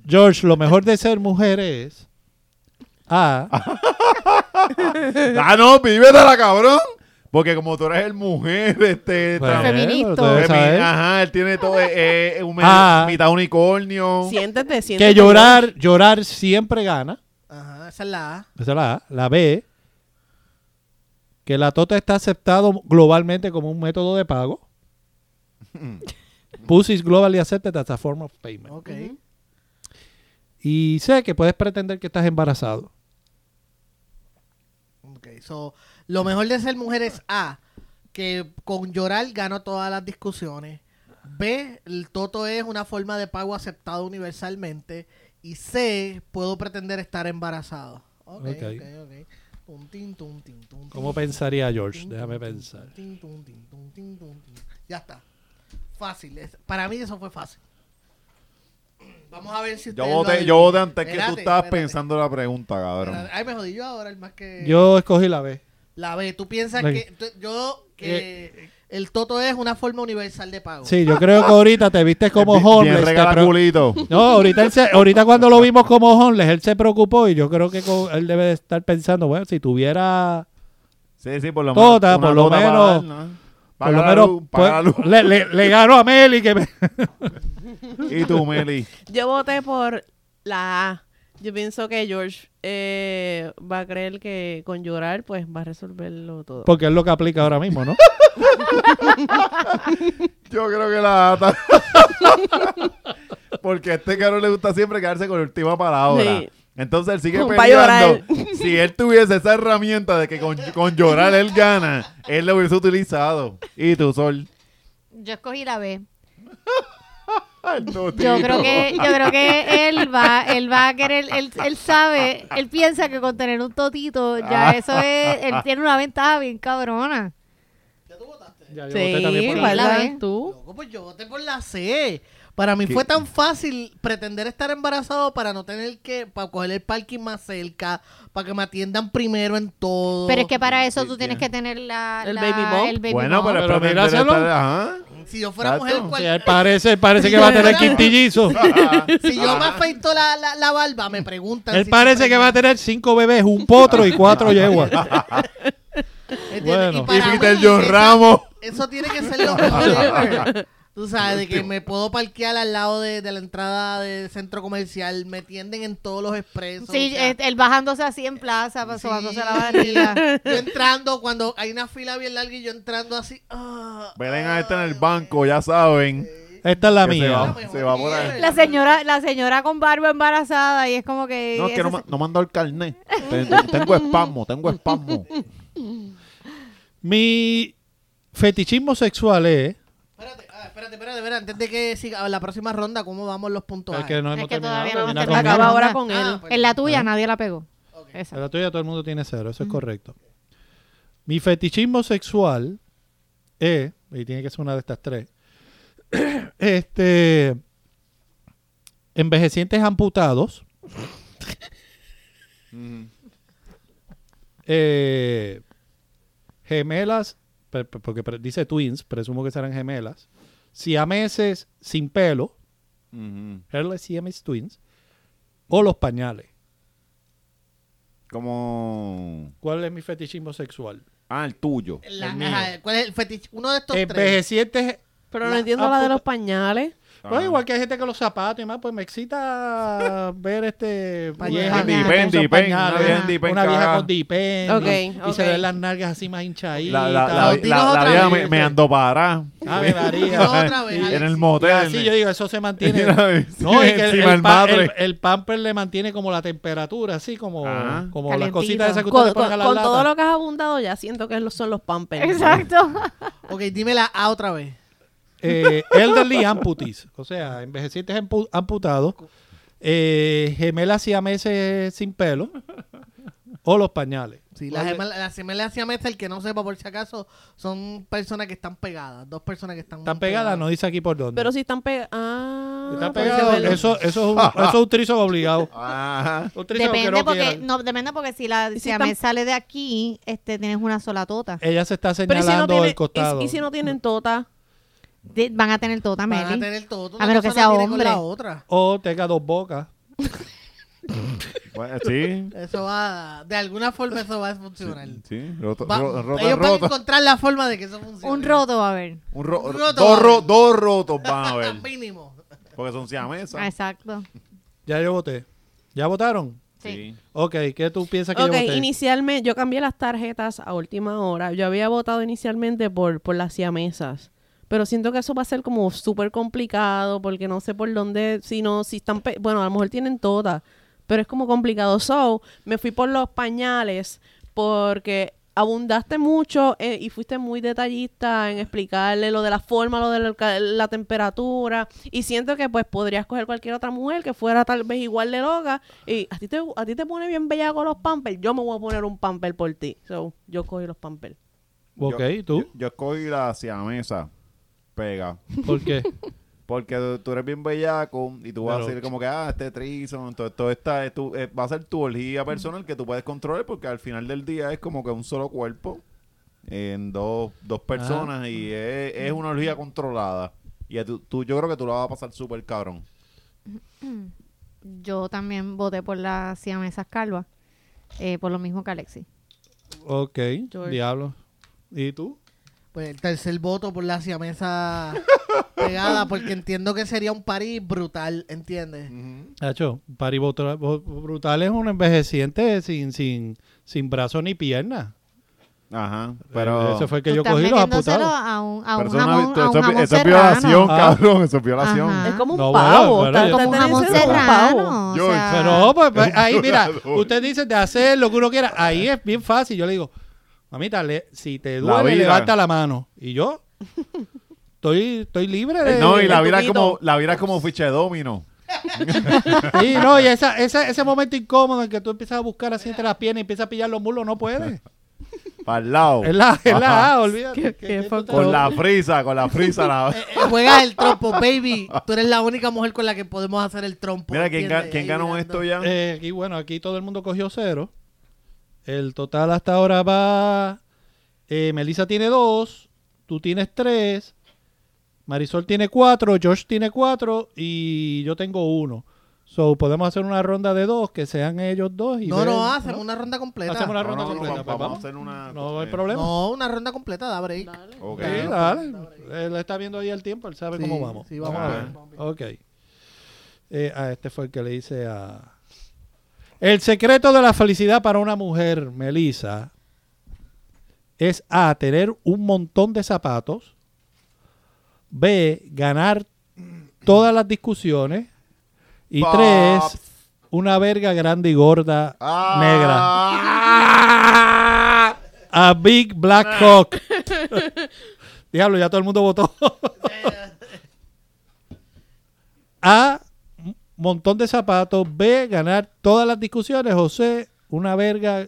B: George, lo mejor de ser mujer es A,
A: Ah, no, vívete la cabrón. Porque como tú eres el mujer, este.
B: Bueno,
A: trans-
C: Feministo.
B: pero debes
A: femi-
B: saber
A: Ajá, él tiene todo. eh, eh, un-
B: Ah.
A: mitad unicornio.
E: Siéntete, siéntete.
B: que llorar, llorar siempre gana.
D: Ajá, esa es la A.
B: Esa es la A. La B, que la tota está aceptado globalmente como un método
A: *laughs*
B: de pago. Pussies globally accepted as a form of payment.
D: Ok.
B: Y sé que puedes pretender que estás embarazado.
D: Ok, so, lo mejor de ser mujer es A, que con llorar gano todas las discusiones. B, el toto es una forma de pago aceptada universalmente. Y C, puedo pretender estar embarazado. Ok,
B: Ok.
D: ok, ok. Tum, tin, tum, tin, tum, tin,
B: ¿Cómo
D: tum,
B: pensaría George?
D: tin,
B: Déjame
D: tum, tin,
B: pensar.
D: tum, tum, tin, tum, tin, tum, tin. Ya está. Fácil. es- Para mí eso fue fácil. Vamos a ver si
A: Yo
D: ustedes lo
A: voté, yo
D: adivinan.
A: voté antes que tú
D: Espérate,
A: estabas
D: espérate,
A: pensando la pregunta, cabrón.
D: espérate. Ay, me jodí yo ahora, el más
A: Eh.
D: que...
B: Yo escogí la B.
D: La B, tú piensas
B: La-
D: que tú- yo que el toto es una forma universal de pago.
B: eh, Sí, yo creo que ahorita
A: *laughs*
B: te viste como
A: Bien-
B: homeless.
A: Bien
B: te
A: regala
B: pro-
A: culito.
B: No, ahorita, él se- ahorita cuando lo vimos como homeless, él se preocupó y yo creo que co- él debe de estar pensando, bueno, si tuviera...
A: Sí, sí, por lo menos.
B: Tota,
A: una
B: por lo
A: tota para
B: menos-
A: dar, ¿no?
B: Por
A: Paga
B: lo
A: la
B: menos
A: luz, paga
B: pues,
A: la luz.
B: le, le- le ganó a Meli que me-
A: Y tú, Meli.
E: Yo voté por la A. Yo pienso que George eh, va a creer que con llorar pues va a resolverlo todo.
B: porque es lo que aplica ahora mismo, ¿no?
A: Yo creo que la ata. *laughs* Porque a este cabrón le gusta siempre quedarse con la última palabra.
E: Sí.
A: Entonces él sigue
C: *laughs*
E: Va a
A: peleando. Si él tuviese esa herramienta de que con, con llorar él gana, él lo hubiese utilizado. Y tu sol.
C: Yo escogí la B.
A: Ay, no,
C: Yo
A: tío.
C: creo que, yo creo que él va, él va a querer, él, él sabe, él piensa que con tener un totito, ya eso es, él tiene una ventaja bien cabrona.
B: *laughs* Ya, yo voté también
E: Sí,
B: por la-
E: ¿cuál
C: la
E: la
C: B.
E: ves tú?
D: Loco, pues yo voté por la C. Para mí
A: ¿Qué?
D: fue tan fácil pretender estar embarazado para no tener que, para coger el parking más cerca, para que me atiendan primero en todo.
C: Pero es que para eso
A: Sí,
C: tú
A: sí.
C: tienes que tener la,
E: El
C: la-
E: baby bump.
C: el baby
A: Bueno,
C: bump.
A: pero,
B: Pero
A: pretender
B: míraselo.
A: estar- ajá.
D: si yo fuera
A: Exacto.
D: mujer,
B: O
D: cual-
B: sea, él parece, parece que va a tener
C: *laughs*
B: quintillizo.
D: si yo me afeito la, la, la barba, me preguntan.
B: Él
D: si
B: parece
D: estoy
B: que va a
D: preñada.
B: tener cinco bebés, un potro y
A: *laughs*
B: cuatro yeguas.
D: ¿Entiendes?
B: Bueno.
A: Ah. Y
D: para
A: Peter
D: mí,
A: John
C: *laughs*
D: eso-
A: Ramos. *laughs*
D: Eso tiene que ser lo
B: *laughs*
D: mejor ever. Tú sabes, de que me puedo parquear al lado de, de la entrada del centro comercial, me tienden en todos los expresos.
C: Sí,
D: o sea,
C: eh, él bajándose así en plaza, pues, sobándose la *laughs*
D: sí.
C: barriga.
D: *laughs* Yo entrando, cuando hay una fila bien larga y yo entrando así. ah,
A: Velen
D: ah,
A: a esta en el banco, ya saben.
B: Esta es la
A: Que se
B: mía.
A: va.
D: mejor
A: Se va por ahí.
D: ever.
C: La señora, la señora con barba embarazada y es como que...
A: No, es que
C: ese
A: no, ma- no me han dado el carnet. Ten- Tengo espasmo, tengo espasmo.
B: Mi fetichismo sexual es...
D: Espérate, ah, espérate, espérate, espérate, antes de que siga la próxima ronda, ¿cómo vamos los puntos?
B: Es
D: A?
B: que no
C: Es
B: hemos
C: que
B: terminado.
C: todavía no
B: termina
C: hemos
B: conmigo.
C: terminado.
E: Acaba ahora con él.
D: Ah,
C: En la tuya nadie la pegó.
D: Ok.
C: Esa.
B: En la tuya todo el mundo tiene cero, eso es correcto. Mi fetichismo sexual es, y tiene que ser una de estas tres, *coughs* este, envejecientes amputados, eh, gemelas, pe- pe- porque pre- dice twins, presumo que serán gemelas, siameses sin pelo, hairless siamese twins, o los pañales.
A: Como.
B: ¿Cuál es mi fetichismo sexual?
A: Ah, el tuyo.
D: La-
B: El mío.
D: ajá, ¿Cuál es el fetiche? Uno de
B: Eh,
D: estos tres.
B: Envejecientes
E: Pero no
B: La-
E: entiendo
B: ah,
E: la de
B: puta.
E: los pañales.
B: Pues igual que hay gente que los zapatos y más, pues me
E: *laughs*
B: excita ver este
D: Pañales.
B: viejas
C: Dipen,
B: con esos
A: dipen,
B: pañales.
C: una vieja en
A: dipen
B: una vieja
A: cagada.
B: con dipen
E: Ok,
B: y, y se
E: ok.
B: ven las nalgas así más hinchaditas.
A: La, la, la,
D: Dinos
A: la- la
D: otra
A: vieja
D: vez,
A: me, me
D: sí.
A: andó para.
B: Ave María.
D: Dinos
A: *laughs*
D: otra vez,
A: en el
D: Alexis.
B: Y
A: motel.
B: así
A: *laughs*
B: yo digo, eso se mantiene.
A: Mira, encima-
B: No, y que el,
A: encima
B: el
A: el
B: pa-
A: madre.
B: el- el pamper le mantiene como la temperatura, así como,
A: Ajá.
B: como las
C: Calentito.
B: cositas esas que usted
E: Con,
B: le ponen a
E: con-
B: la
E: con
B: lata.
E: todo lo que has abundado ya siento que lo- son
C: *laughs*
E: los pampers.
C: Exacto.
D: Ok, dime la A otra vez.
B: Eh, elderly amputees, o sea, envejecientes ampu- amputados, eh, gemelas siameses sin pelo o los pañales.
D: Sí, las gemelas, las gemelas siamesas, el que no sepa por si acaso, son personas que están pegadas, dos personas que están
B: Están pegadas, no dice aquí por dónde.
E: Pero si están pegados. Ah,
B: Están
E: pues se
B: pegadas,
E: ven los-
B: eso, eso, es un, eso es un tríceps obligado.
A: Ajá.
B: Un tríceps que
C: Depende
B: no
C: porque,
B: quieran.
C: no, depende porque si la
E: si
C: si a
E: tam-
C: me sale de aquí, este tienes una sola tota.
B: Ella se está
E: Pero ¿y
B: señalando
E: si no tiene-
B: el costado.
E: y- y si no tienen tota.
C: De- van a tener tota,
D: Van a
C: Meli.
D: tener todo.
C: A menos que sea hombre.
D: La otra.
B: O tenga dos bocas.
A: Bueno, sí.
D: Eso va, de alguna forma eso va a funcionar.
A: Sí, roto,
D: Va-
A: ro- roto,
D: ellos van a
A: roto.
D: encontrar la forma de que eso funcione.
C: Un roto va a haber.
A: Un ro-
D: un roto.
A: dos, ro- dos rotos van a ver.
D: *laughs* mínimo.
A: Porque son
C: Ah,
A: siamesas.
C: Exacto.
B: Ya yo voté. ¿Ya votaron?
C: Sí.
B: Ok, ¿qué tú piensas que
E: Ok,
B: yo voté?
E: inicialmente yo cambié las tarjetas a última hora. Yo había votado inicialmente por, por las siamesas. Pero siento que eso va a ser como súper complicado porque no sé por dónde, si no, si están, tota, pe- bueno, a lo mejor tienen todas, pero es como complicado. So, me fui por los pañales, porque abundaste mucho eh, y fuiste muy detallista en explicarle lo de la forma, lo de la, la temperatura y siento que pues podrías coger cualquier otra mujer que fuera tal vez igual de loca y a ti te, a ti te pone bien bellaco los pampers, yo me voy a poner un pamper por ti. So, yo cogí los pampers.
B: Ok,
A: Yo-
B: ¿tú?
A: Yo, yo escogí la siamesa. Pega.
B: ¿Por qué?
A: Porque tú- tú eres bien bellaco y tú vas
B: Pero-
A: a decir como que, ah, este trison, entonces todo esta es tu- eh, va a ser tu orgía personal que tú puedes controlar porque al final del día es como que un solo cuerpo en dos, dos personas y es, es una orgía controlada. Y a tú, tú- yo creo que tú la vas a pasar súper cabrón.
C: Yo también voté por las siamesas calvas, eh, por lo mismo que Alexis.
B: Ok,
E: George.
B: diablo. ¿Y tú?
D: Pues el tercer voto por la siamesa pegada, porque entiendo que sería un party brutal, ¿entiendes?
B: Hacho, Pari Botra- Bo- Brutal es un envejeciente sin, sin, sin brazo ni pierna.
A: Ajá. Pero,
B: Ese Eh, fue el
C: Tú
B: que yo
C: estás
B: cogí los
C: metiéndoselo
B: amputados.
C: a un,
A: pero
C: a
A: eso
C: un
A: es una-
C: jamón, a un
A: eso es-
C: jamón
A: eso es
C: serrano.
A: violación,
B: Ah.
A: cabrón. Eso es violación.
C: Ajá.
E: Es como un
B: No, bueno,
E: pavo,
B: bueno,
E: está-
B: yo-
E: está
C: Como un jamón
E: teniendo-
C: serrano. o
A: George,
C: sea,
B: Pero pues, pues, ahí mira,
A: Violador.
B: usted dice de hacer lo que uno quiera. Ahí es bien fácil. Yo le digo, mamita, le- si te
A: La
B: duele,
A: vida.
B: levanta la mano. Y yo estoy, estoy libre de...
A: Eh, No, y la
E: el
A: vida es
E: tuquito.
A: como, la vida es como ficha de domino.
B: *laughs* Sí, no, y esa, esa- ese momento incómodo en que tú empiezas a buscar así entre las piernas y empiezas a pillar los mulos, no puedes.
A: Para el lado.
B: Es la, es la
A: Ajá.
B: A, olvídate.
E: Qué-
B: ¿Qué-
E: qué
B: qué tú estás-
A: Con
B: *laughs*
A: la frisa, con la frisa. la- *laughs*
D: Juegas Eh, el trompo, baby. Tú eres la única mujer con la que podemos hacer el trompo.
A: Mira, ¿quién, ga-
D: ¿entiendes?
A: ¿quién
D: Ahí
A: ganó
D: mirando.
A: esto ya?
B: Eh, y bueno, aquí todo el mundo cogió cero. El total hasta ahora va. Eh, Melissa tiene dos. Tú tienes tres. Marisol tiene cuatro. Josh tiene cuatro. Y yo tengo uno. So, podemos hacer una ronda de dos, que sean ellos dos. Y
D: No,
B: ver-
D: no, hacemos una ronda completa.
B: Hacemos una
A: No,
B: ronda
A: no, no,
B: completa.
A: vamos-
B: pues,
A: vamos a
B: vamos.
A: hacer una.
B: No hay
A: eh,
B: problema.
D: No, una ronda completa, da break.
A: ok.
B: Sí, dale. Él está viendo ahí el tiempo, él sabe
D: Sí,
B: cómo vamos. Ah,
D: sí, vamos
A: a ver.
B: Ok. Eh, ah, este fue el que le hice a. El secreto de la felicidad para una mujer, Melissa, es A, tener un montón de zapatos. B, ganar todas las discusiones. Y
A: Pops.
B: tres, una verga grande y gorda negra.
A: Ah.
B: A Big Black
A: *laughs*
B: Hawk. Diablo, ya todo el mundo votó. *laughs* A, un montón de zapatos. B, ganar todas las discusiones. O C, una verga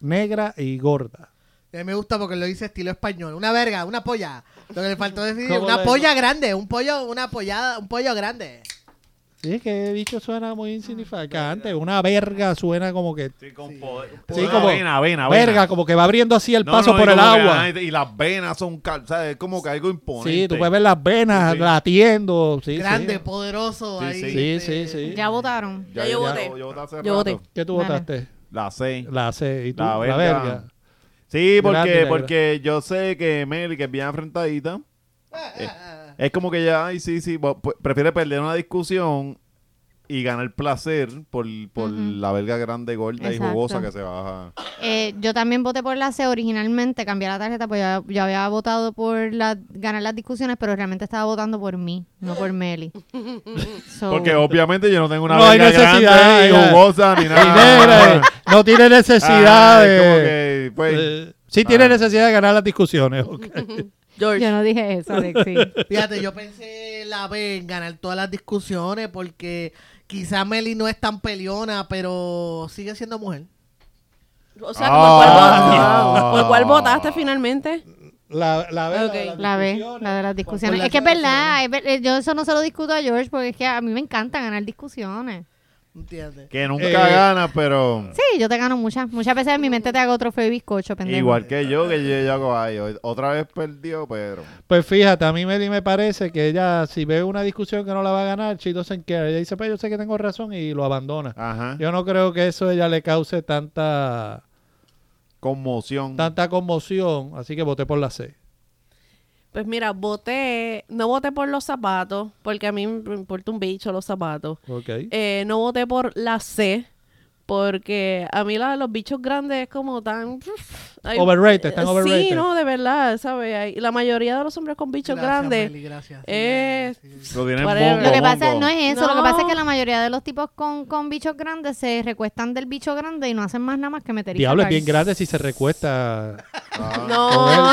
B: negra y gorda.
D: A mí me gusta porque lo dice estilo español. Una verga, una polla. Lo que
B: *laughs*
D: le faltó decir,
B: ¿Cómo
D: una
B: le-
D: polla grande, un pollo, una pollada, un pollo grande.
B: Sí, es que he dicho suena muy insignificante. Ah, Una verga suena como que...
A: Sí, con poder.
B: Sí, como-
A: Vena, vena,
B: Verga,
A: vena.
B: como que va abriendo así el
A: No,
B: paso
A: no,
B: por
A: y
B: el
A: como que,
B: agua.
A: ay, y las venas son. cal- ¿sabes? Es como que algo imponente.
B: Sí, tú puedes ver las venas
A: Sí, sí.
B: latiendo. Sí, sí.
D: grande, poderoso.
A: Sí,
D: ahí,
A: sí.
B: Sí, sí,
D: este,
B: sí.
C: Ya votaron.
E: Ya yo voté.
A: Yo voté hace
E: Yo
A: rato.
E: voté.
B: ¿Qué tú
C: Dale.
B: votaste?
A: La C.
B: La C. ¿Y tú?
A: La verga.
B: La verga.
A: Sí,
B: Grande,
A: porque,
B: negra.
A: porque yo sé que Mel, que es bien afrentadita, eh, es como que ya, ay, sí, sí, bo- pre- prefiere perder una discusión y ganar placer por, por
C: Ujú.
A: la verga grande, gorda y
C: Exacto.
A: jugosa que se baja.
C: Eh, yo también voté por la C originalmente, cambié la tarjeta, pues yo, yo había votado por la, ganar las discusiones, pero realmente estaba votando por mí, no
B: *laughs*
C: por Meli. So,
A: Porque obviamente yo no tengo una
B: No hay
A: verga grande
B: necesidad,
A: y
B: ya.
A: jugosa ni
B: Y
A: nada.
B: negra, eh, no tiene necesidad
A: Ah, es
B: de...
A: como que, pues,
B: Eh, sí tiene necesidad de ganar las discusiones. ok.
E: George,
C: yo no dije eso, Alexis.
D: Fíjate, yo pensé la B en ganar todas las discusiones porque quizá Meli no es tan peleona, pero sigue siendo mujer.
E: o sea, ¿por cuál
A: Ah.
E: votaste? ¿Por cuál votaste finalmente?
B: La, la B,
E: Ok.
B: de las
C: La B,
B: discusiones.
C: la de las
B: Por-
C: discusiones.
B: por
C: Es que es
B: las
C: verdad, es ver- eh, yo eso no se lo discuto a George porque es que a mí me encanta ganar discusiones.
D: ¿Entiendes?
A: que nunca
B: Eh,
A: gana, pero
C: Sí, yo te gano muchas, muchas veces en mi mente te hago trofeo y bizcocho, pendejo.
A: igual que yo, que yo, yo hago ahí. hoy- Otra vez perdió, pero.
B: Pues fíjate, a mí Meli me parece que ella, si ve una discusión que no la va a ganar, she doesn't care. Ella dice, pues yo sé que tengo razón y lo abandona.
A: Ajá.
B: Yo no creo que eso a ella le cause tanta,
A: Conmoción.
B: tanta conmoción, así que voté por la C.
E: Pues mira, voté, no voté por los zapatos, porque a mí me importa un bicho los zapatos.
B: Ok.
E: Eh, no voté por la C, Porque a mí la- los bichos grandes es como tan... Ay, eh,
B: Overrated, están
E: sí,
B: overrated.
E: no, de verdad, ¿sabes? Ay, La mayoría de los hombres con bichos
D: Gracias,
E: grandes...
D: Meli, gracias. Sí,
E: Eh,
D: sí, sí.
A: Lo tienen
E: Whatever.
A: bongo,
C: Lo que pasa
A: bongo.
C: no es eso, lo que
E: No.
C: pasa es que la mayoría de los tipos con, con bichos grandes se recuestan del bicho grande y no hacen más nada más que meter y
B: Diablo, es
C: sacar.
B: bien grande si se recuesta.
A: Ah.
E: No,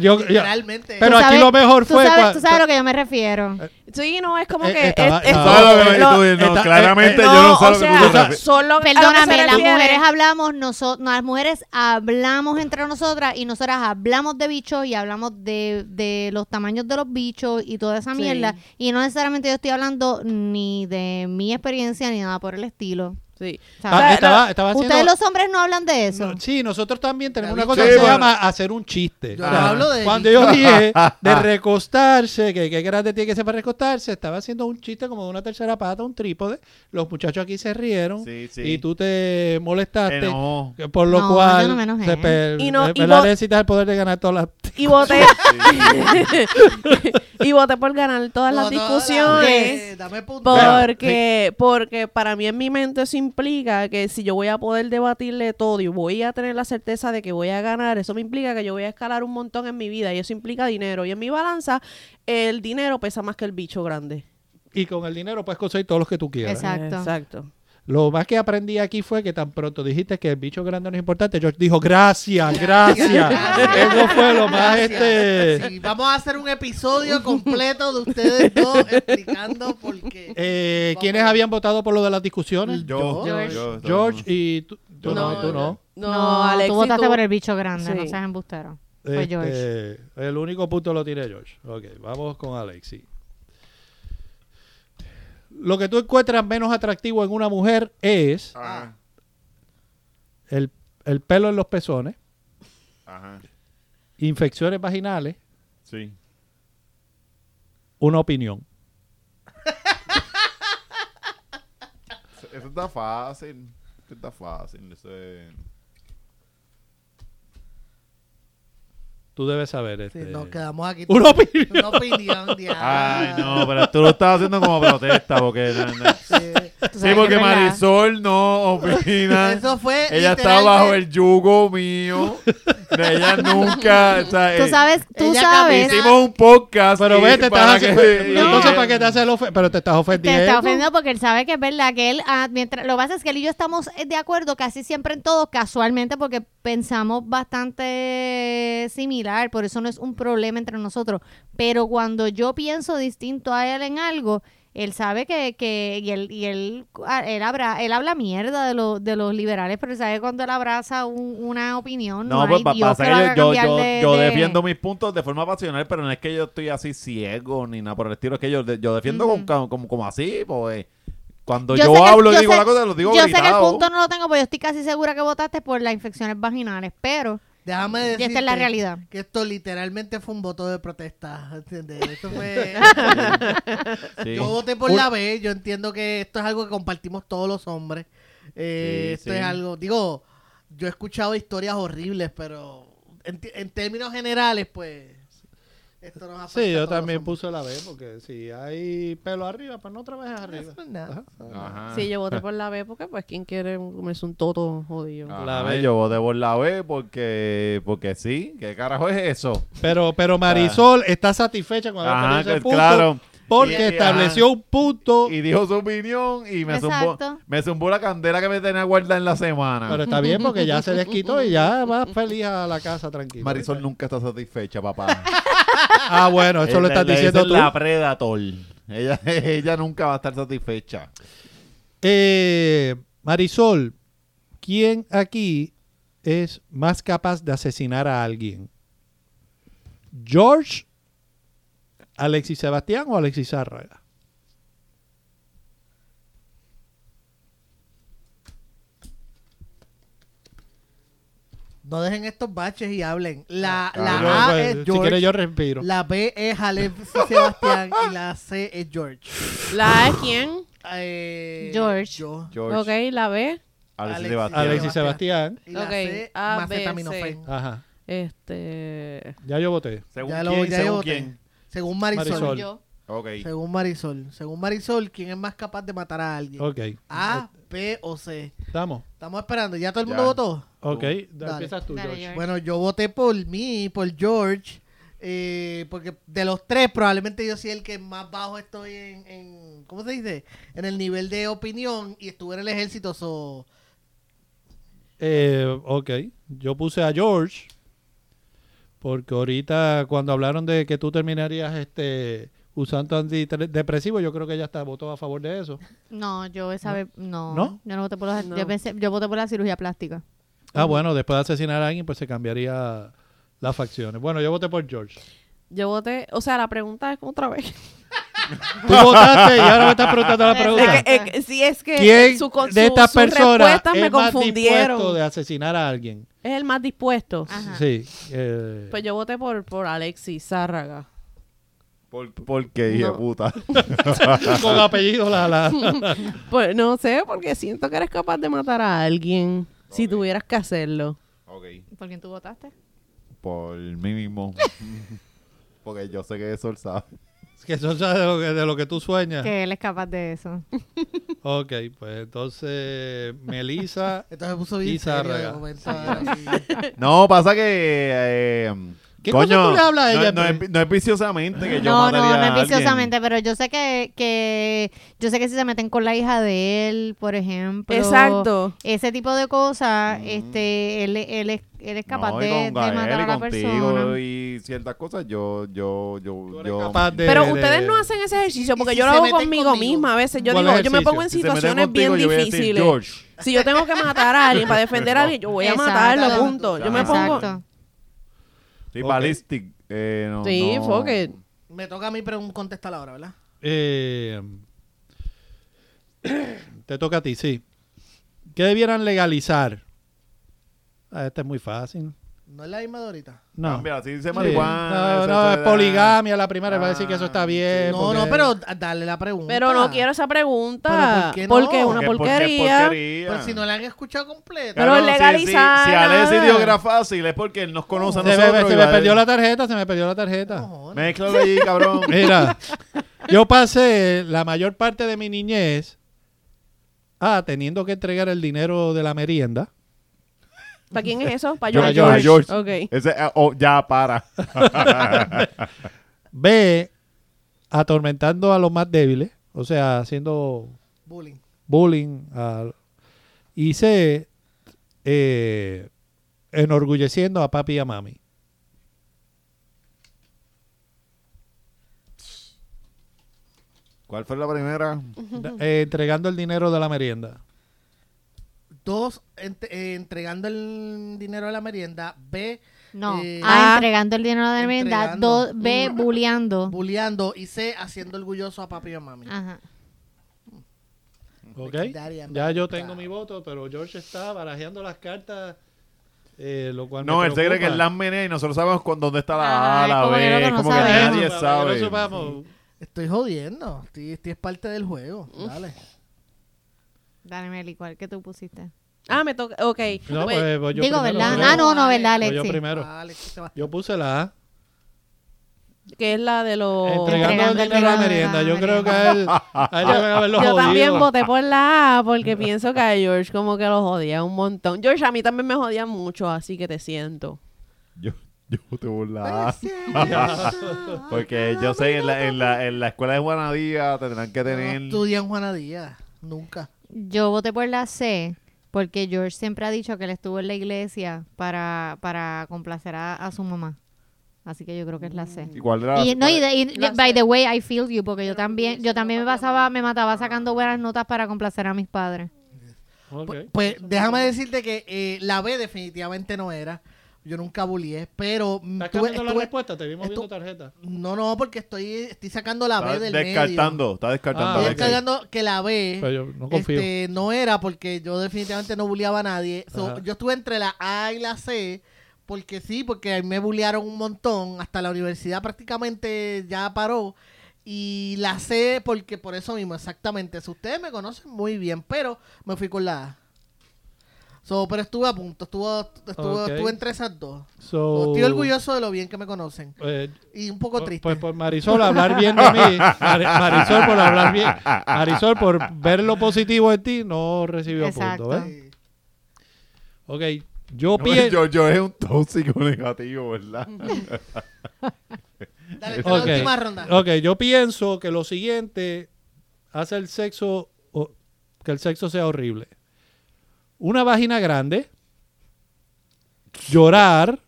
B: Yo-
D: *laughs*
B: yo-
D: Literalmente.
B: Pero
C: Tú
B: aquí
C: sabes-
B: lo mejor
C: Tú
B: fue
C: sabes,
B: cua-
C: tú sabes a lo que yo me refiero.
E: sí, no, es como
B: Eh,
E: que...
B: estaba-
E: es- es-
B: estaba-
A: ¿Sabes lo que
E: lo-
A: me- tú- no,
B: está- eh,
A: claramente
E: no,
A: yo no sé
E: o
A: lo que tú
E: sea,
A: te refieres.
E: son lo- a lo que se
C: Perdóname, las
E: refiere.
C: mujeres hablamos, noso- no, las mujeres hablamos entre nosotras y nosotras hablamos de bichos y hablamos de, de los tamaños de los bichos y toda esa
E: Sí.
C: mierda. Y no necesariamente yo estoy hablando ni de mi experiencia ni nada por el estilo.
E: Sí.
C: O
B: Ah,
C: sea,
E: la-
B: estaba, estaba haciendo-
C: Ustedes los hombres no hablan de eso.
B: No, *laughs* sí, nosotros también tenemos
D: La
B: una cosa
A: bicha.
B: que
A: Sí,
B: se
A: bueno.
B: llama hacer un chiste.
D: Yo
B: O sea,
D: no hablo de
B: cuando
D: bicha.
B: yo
D: *laughs*
B: dije de recostarse, que qué grande tiene que ser para recostarse, estaba haciendo un chiste como de una tercera pata, un trípode. Los muchachos aquí se rieron
A: Sí, Eh, sí.
B: y tú te molestaste.
A: Enojó.
B: que Por lo
C: No,
B: cual,
C: yo no me enojé.
B: se per-
E: Y no- y
B: ¿verdad?
E: vos-
B: necesitas el poder de ganar todas las. *laughs*
E: Y voté. *laughs* y voté por ganar todas las
D: Todas
E: discusiones.
D: eh, dame punto.
E: Porque, porque para mí en mi mente eso implica que si yo voy a poder debatirle todo y voy a tener la certeza de que voy a ganar, eso me implica que yo voy a escalar un montón en mi vida y eso implica dinero. Y en mi balanza, el dinero pesa más que el bicho grande.
B: Y con el dinero puedes conseguir todos los que tú quieras.
C: Exacto.
E: Exacto.
B: Lo más que aprendí aquí fue que tan pronto dijiste que el bicho grande no es importante, George dijo, gracias, gracias.
C: *laughs*
B: Eso fue lo más
D: Gracias.
B: este...
D: Sí, vamos a hacer un episodio completo de ustedes dos explicando por qué.
B: Eh,
D: Vamos.
B: ¿Quiénes habían votado por lo de las discusiones?
A: Yo,
C: George.
A: yo-
B: George y tú, tú
E: Yo
B: no,
E: no,
B: y tú no.
E: No, Alex.
C: tú votaste por el bicho grande, no
E: Sí.
C: seas embustero. Fue
B: Este,
C: George.
B: El único punto lo tiene George. Ok, vamos con Alexi. Lo que tú encuentras menos atractivo en una mujer es
A: Ajá.
B: el, el pelo en los pezones,
A: Ajá.
B: infecciones vaginales,
A: Sí.
B: una opinión.
A: Eso está fácil. Eso está fácil. Eso es...
B: Tú debes saber.
D: Sí,
B: este,
D: nos quedamos aquí.
B: *laughs* Una opinión. *laughs*
A: *laughs*
D: Una opinión, diablo.
C: Ah.
A: Ay, no, pero tú lo estás haciendo como protesta, porque... no, no.
D: Sí.
A: Sí,
C: Tú sabes que
A: porque
C: es verdad.
A: Marisol no
C: *laughs*
A: opina.
D: Eso fue.
A: Ella está
D: literalmente-
A: bajo el yugo mío. Ella nunca... o sea,
C: Tú
A: eh,
C: sabes, tú
D: Ella
C: sabes.
D: camina-
A: Hicimos un podcast.
B: Pero
A: y
B: ve, te
A: para
B: estás
A: que- *laughs*
B: haciendo. *laughs* Entonces,
A: No.
B: ¿para qué te haces el ofe- Pero te estás ofendiendo.
C: Te está ofendiendo porque él sabe que es verdad que él, ah, mientras, lo que pasa es que él y yo estamos eh, de acuerdo casi siempre en todo, casualmente, porque pensamos bastante similar, por eso no es un problema entre nosotros. Pero cuando yo pienso distinto a él en algo, él sabe que, que y él, y él, ah, él, habla, él habla mierda de, lo- de los liberales, pero él sabe que cuando él abraza un- una opinión. No,
A: No, pues
C: hay
A: pa-
C: Dios
A: pasa
C: que
A: que
C: lo
A: yo,
C: haga
A: yo,
C: cambiar
A: yo,
C: de-
A: yo
C: de-
A: defiendo mis puntos de forma pasional, pero no es que yo estoy así ciego ni nada por el estilo. Es que yo, de- yo defiendo
C: Ujú.
A: como, como, como así, pues. Cuando
C: Yo
A: yo,
C: sé que-
A: hablo y
C: yo
A: digo
C: sé-
A: una cosa, lo digo
C: Yo sé que el
A: gritado.
C: punto no lo tengo, porque yo estoy casi segura que votaste por las infecciones vaginales, pero...
D: Déjame decir.
C: esta es la realidad.
D: Que esto literalmente fue un voto de protesta. ¿Entiendes? Esto
A: *laughs*
D: fue.
C: *laughs*
A: Sí.
D: Yo voté por
B: Un-
D: la B, yo entiendo que esto es algo que compartimos todos los hombres. Eh,
A: Sí,
D: esto
A: sí.
D: es algo, digo, yo he escuchado historias horribles, pero en, t- en términos generales, pues, esto nos
B: Sí,
D: afecta. a
B: yo
D: Ah, pues todos
B: también
D: los hombres.
B: puse la B, porque si hay pelo arriba, pues no trabajes arriba.
D: Eso es nada.
B: Ajá.
A: Ajá.
E: Ah. Sí, yo voté por la B porque, pues, ¿quién quiere comerse un toto jodido?
A: Ajá,
B: La B.
A: Yo voté por la B porque, porque sí. ¿Qué carajo es eso?
B: Pero, pero Marisol está satisfecha con haber
A: Ah. Ajá,
B: tenido ese
A: que-
B: punto
A: claro.
B: porque
A: Y- y-
B: estableció un punto.
A: Y dijo su opinión y me zumbó,
C: Exacto.
A: me zumbó la candela que me tenía guardada en la semana.
B: Pero está bien porque ya se les quitó y ya va feliz a la casa tranquilo.
A: Marisol nunca está satisfecha, papá.
B: Ah, bueno, eso lo
A: Eh, Le-
B: estás
A: le
B: diciendo
A: dicen
B: tú.
A: La Predator. Ella, *laughs* ella nunca va a estar satisfecha.
B: Eh, Marisol, ¿quién aquí es más capaz de asesinar a alguien? ¿George, Alexis Sebastián o Alexis Zárraga?
D: No dejen estos baches y hablen. La, la
B: Yo,
D: A
B: pues,
D: es
B: si
D: George,
B: quieres yo respiro.
D: la B es Alexis Sebastián y la C es George.
E: ¿La A es quién?
D: Eh,
C: George.
D: yo.
A: George.
E: Ok, la B.
A: Alexis
D: Alexis.
A: Sebastián.
B: Alexis Sebastián.
D: Y la
E: Ok,
D: C,
E: A, B,
D: macetaminofen.
B: Ajá.
E: Este.
B: Ya yo voté.
A: Según
D: Ya lo-
A: quién,
D: ya yo
A: según
D: voté.
A: quién.
D: Según Marisol.
B: Marisol.
C: Yo.
A: Ok.
D: Según Marisol. Según Marisol, ¿quién es más capaz de matar a alguien?
B: Ok,
D: A, B o C.
B: estamos.
D: Estamos esperando. ¿Ya todo el mundo
A: Ya.
D: votó?
B: Ok,
D: Dale.
B: empiezas tú,
C: Dale,
B: George.
C: George.
D: Bueno, yo voté por mí, por George. eh, porque de los tres, probablemente yo soy el que más bajo estoy en, en- ¿Cómo se dice? En el nivel de opinión. Y estuve en el ejército. So,
B: Eh, ok, yo puse a George porque ahorita cuando hablaron de que tú terminarías este usando antidepresivo, yo creo que ella está votó a favor de eso.
C: No, yo esa vez. No.
B: ¿No?
C: Yo no voté por los-
E: No.
C: Yo, pensé- yo voté por la cirugía plástica.
B: Ah, bueno, después de asesinar a alguien, pues se cambiaría las facciones. Bueno, yo voté por George.
E: Yo voté, o sea, la pregunta es otra vez.
B: Tú votaste y ahora me estás preguntando la
C: Exacto.
B: pregunta.
C: Es
E: Eh, eh, sí, es que
B: ¿Quién
E: su con-
B: de
E: su-
B: estas
E: sus
B: personas
E: respuestas me
B: es más
E: confundieron.
B: dispuesto de asesinar a alguien?
E: Es el más dispuesto.
B: Ah.
C: Ajá.
B: Sí. eh,
E: Pues yo voté por, por Alexis Zárraga.
A: ¿Por, por qué, hijo de
E: No.
A: puta?
C: *laughs*
B: *laughs* con apellido la, la- *laughs*
E: Pues no sé, porque siento que eres capaz de matar a alguien si tuvieras que hacerlo.
A: Ok.
C: ¿Por quién tú votaste?
A: Por mí mismo. *laughs* Porque yo sé que eso él sabe.
B: que eso sea de lo que, de lo que tú sueñas.
C: Que
A: Ah.
C: él es capaz de eso.
B: Ok, pues entonces Melissa.
D: entonces puso bien
B: Y
D: serio de
B: Zárraga.
D: momento ahora, sí.
A: No, pasa que. eh,
B: ¿Qué cosa tú le hablas a
A: no-
B: ella,
A: No,
B: Pri?
A: es, no es viciosamente que yo
C: No,
A: mataría
C: no, no
A: a
C: es
A: alguien.
C: viciosamente, pero yo sé que, que. Yo sé que si se meten con la hija de él, por ejemplo.
E: Exacto.
C: Ese tipo de cosas,
A: Mm.
C: este, él, él es, él es capaz
A: No, y
C: de, de
A: con Gael
C: matar a
A: y
C: la
A: contigo
C: persona.
A: y ciertas cosas, yo, yo,
B: Tú
A: yo,
B: eres
A: yo.
B: capaz de-
E: Pero
B: de-
E: ustedes no hacen ese ejercicio porque
D: si
E: yo lo
D: se
E: hago
D: meten
E: conmigo
D: contigo?
E: misma a veces. Yo
B: ¿Cuál
E: digo, yo me
B: ejercicio?
E: pongo en
A: Si se meten
E: situaciones bien
A: contigo, yo voy a decir,
E: difíciles.
A: George.
E: Si yo tengo que matar a alguien para defender a alguien, yo voy a
C: Exacto.
E: matarlo, punto. Yo me pongo.
C: Exacto.
A: Sí,
B: Ok.
A: ballistic. Eh, no,
E: Sí,
A: no.
E: fuck it.
D: Me toca a mí pregun- contestar ahora, ¿verdad?
B: eh, *clears throat* te toca a ti, sí. ¿Qué debieran legalizar? Ah, este es muy fácil.
D: No es la misma de ahorita.
B: No.
A: Cambia, si Ah, dice
B: Sí.
A: marihuana.
B: No,
A: se-
B: no,
A: se-
B: es poligamia la primera. va a decir que eso está bien.
D: no,
B: Eh, porque-
D: Ah, no, pero d- dale la pregunta.
E: Pero no quiero esa
D: ¿Pero
E: pregunta.
D: por qué no?
E: Porque es una
A: Porque- porque es
E: porquería.
D: Pero si no la han escuchado completa.
E: Pero
A: Claro, si-
E: legalizar.
A: Si, si Alexis dio que era fácil, es porque él nos conoce a
B: Se, me,
A: nosotros.
B: se
A: y
B: me
A: va a-
B: perdió la tarjeta, se me perdió la tarjeta.
D: Cojones.
A: Mézclalo allí,
B: *laughs*
A: cabrón.
B: Mira, yo pasé la mayor parte de mi niñez ah, teniendo que entregar el dinero de la merienda.
E: ¿Para quién es eso? Para
A: George,
E: George.
A: George,
E: Ok.
A: Ese, ah, oh, ya, para.
B: B, atormentando a los más débiles, o sea, haciendo
D: Bullying.
B: bullying. a- y C, eh, enorgulleciendo a papi y a mami.
A: ¿Cuál fue la primera?
B: Eh, entregando el dinero de la merienda.
D: Dos, ent- eh, entregando el dinero a la merienda. B,
C: No.
D: Eh,
C: A,
E: Ah.
C: entregando el dinero de la merienda.
D: Entregando.
C: Dos, B, bulleando.
D: bulleando. Y C, haciendo orgulloso a papi y a mami.
C: Ajá.
B: ¿Ok?
D: Legendaria, en
B: Ya yo
D: verdad.
B: tengo mi voto, pero George está barajeando las cartas, eh, lo cual
A: No,
B: me
A: él se cree que
B: preocupa.
A: es Lammenea y nosotros sabemos con dónde está
C: Ah,
A: la A,
C: es
A: la
C: como que
A: B.
C: nosotros
A: Es
C: no
A: como que
C: sabemos.
A: nadie
B: Para que
A: sabe.
B: no supamos.
D: Estoy jodiendo. Estoy, estoy es parte del juego. Dale.
C: Dale, Meli, ¿cuál que tú pusiste?
E: Ah, me toca. Ok.
B: No,
E: Pues,
B: pues, pues yo primero,
C: Digo, ¿verdad?
B: creo.
C: Ah, no, no, ¿verdad,
B: Pues yo
C: Alexis?
B: primero.
D: Dale, que se va.
B: Yo puse la A.
E: que es la de los.
B: Entregando,
C: Entregando
B: el dinero a la merienda. Yo creo que a él, a él le van a haberlo
E: Yo
B: jodido.
E: también voté por la A porque pienso que a George como que lo jodía un montón. George, a mí también me jodía mucho, así que te siento.
A: Yo, yo te
B: Ah.
A: burlaba.
D: Pues,
A: *laughs* Porque yo sé, en la, en la, en la escuela de Juanadía tendrán que
D: No
A: tener.
D: estudian Juana Díaz. Nunca.
C: Yo voté por la C porque George siempre ha dicho que él estuvo en la iglesia para, para complacer a, a su mamá. Así que yo creo que es la C.
A: ¿Y cuál era la-
C: Y, no, y, y- by the way, I feel you, porque yo también, yo también me pasaba, me mataba sacando buenas notas para complacer a mis padres.
B: Ok.
D: Pues, pues, déjame decirte que eh, la B definitivamente no era. Yo nunca bullié, pero mm,
B: ¿Estás
D: tuve-
B: cambiando la
D: estuve-
B: respuesta? Te vimos
D: estu-
B: viendo tarjeta.
D: No, no, porque estoy, estoy sacando la B
A: Está
D: del medio.
A: descartando, está descartando.
B: Ah,
A: a
D: Estoy
B: ok.
A: Alexis.
D: descargando que la B
B: Pero Pues, yo no confío.
D: eh, este, no era porque yo definitivamente no bulleaba a nadie. So,
B: Ajá.
D: yo estuve entre la A y la C porque sí, porque a mí me bullearon un montón. Hasta la universidad prácticamente ya paró. Y la C porque por eso mismo, exactamente. So, ustedes me conocen muy bien, pero me fui con la A. So, pero estuve a punto, estuvo, estuvo,
B: Ok.
D: estuve entre esas dos.
B: So,
D: Estoy orgulloso de lo bien que me conocen.
B: eh,
D: Y un poco
B: po-
D: triste.
B: Pues por Marisol hablar bien de mí, Mari- Marisol por hablar bien, Marisol por ver lo positivo en ti, no recibió
C: Exacto.
B: punto, ¿ves?
D: Sí.
B: Ok, yo pienso...
A: yo, yo es un tóxico negativo, ¿verdad?
D: Dale, esta es
B: pues, Ok.
D: la última ronda.
B: Ok, yo pienso que lo siguiente hace el sexo, o- que el sexo sea horrible. Una vagina grande, llorar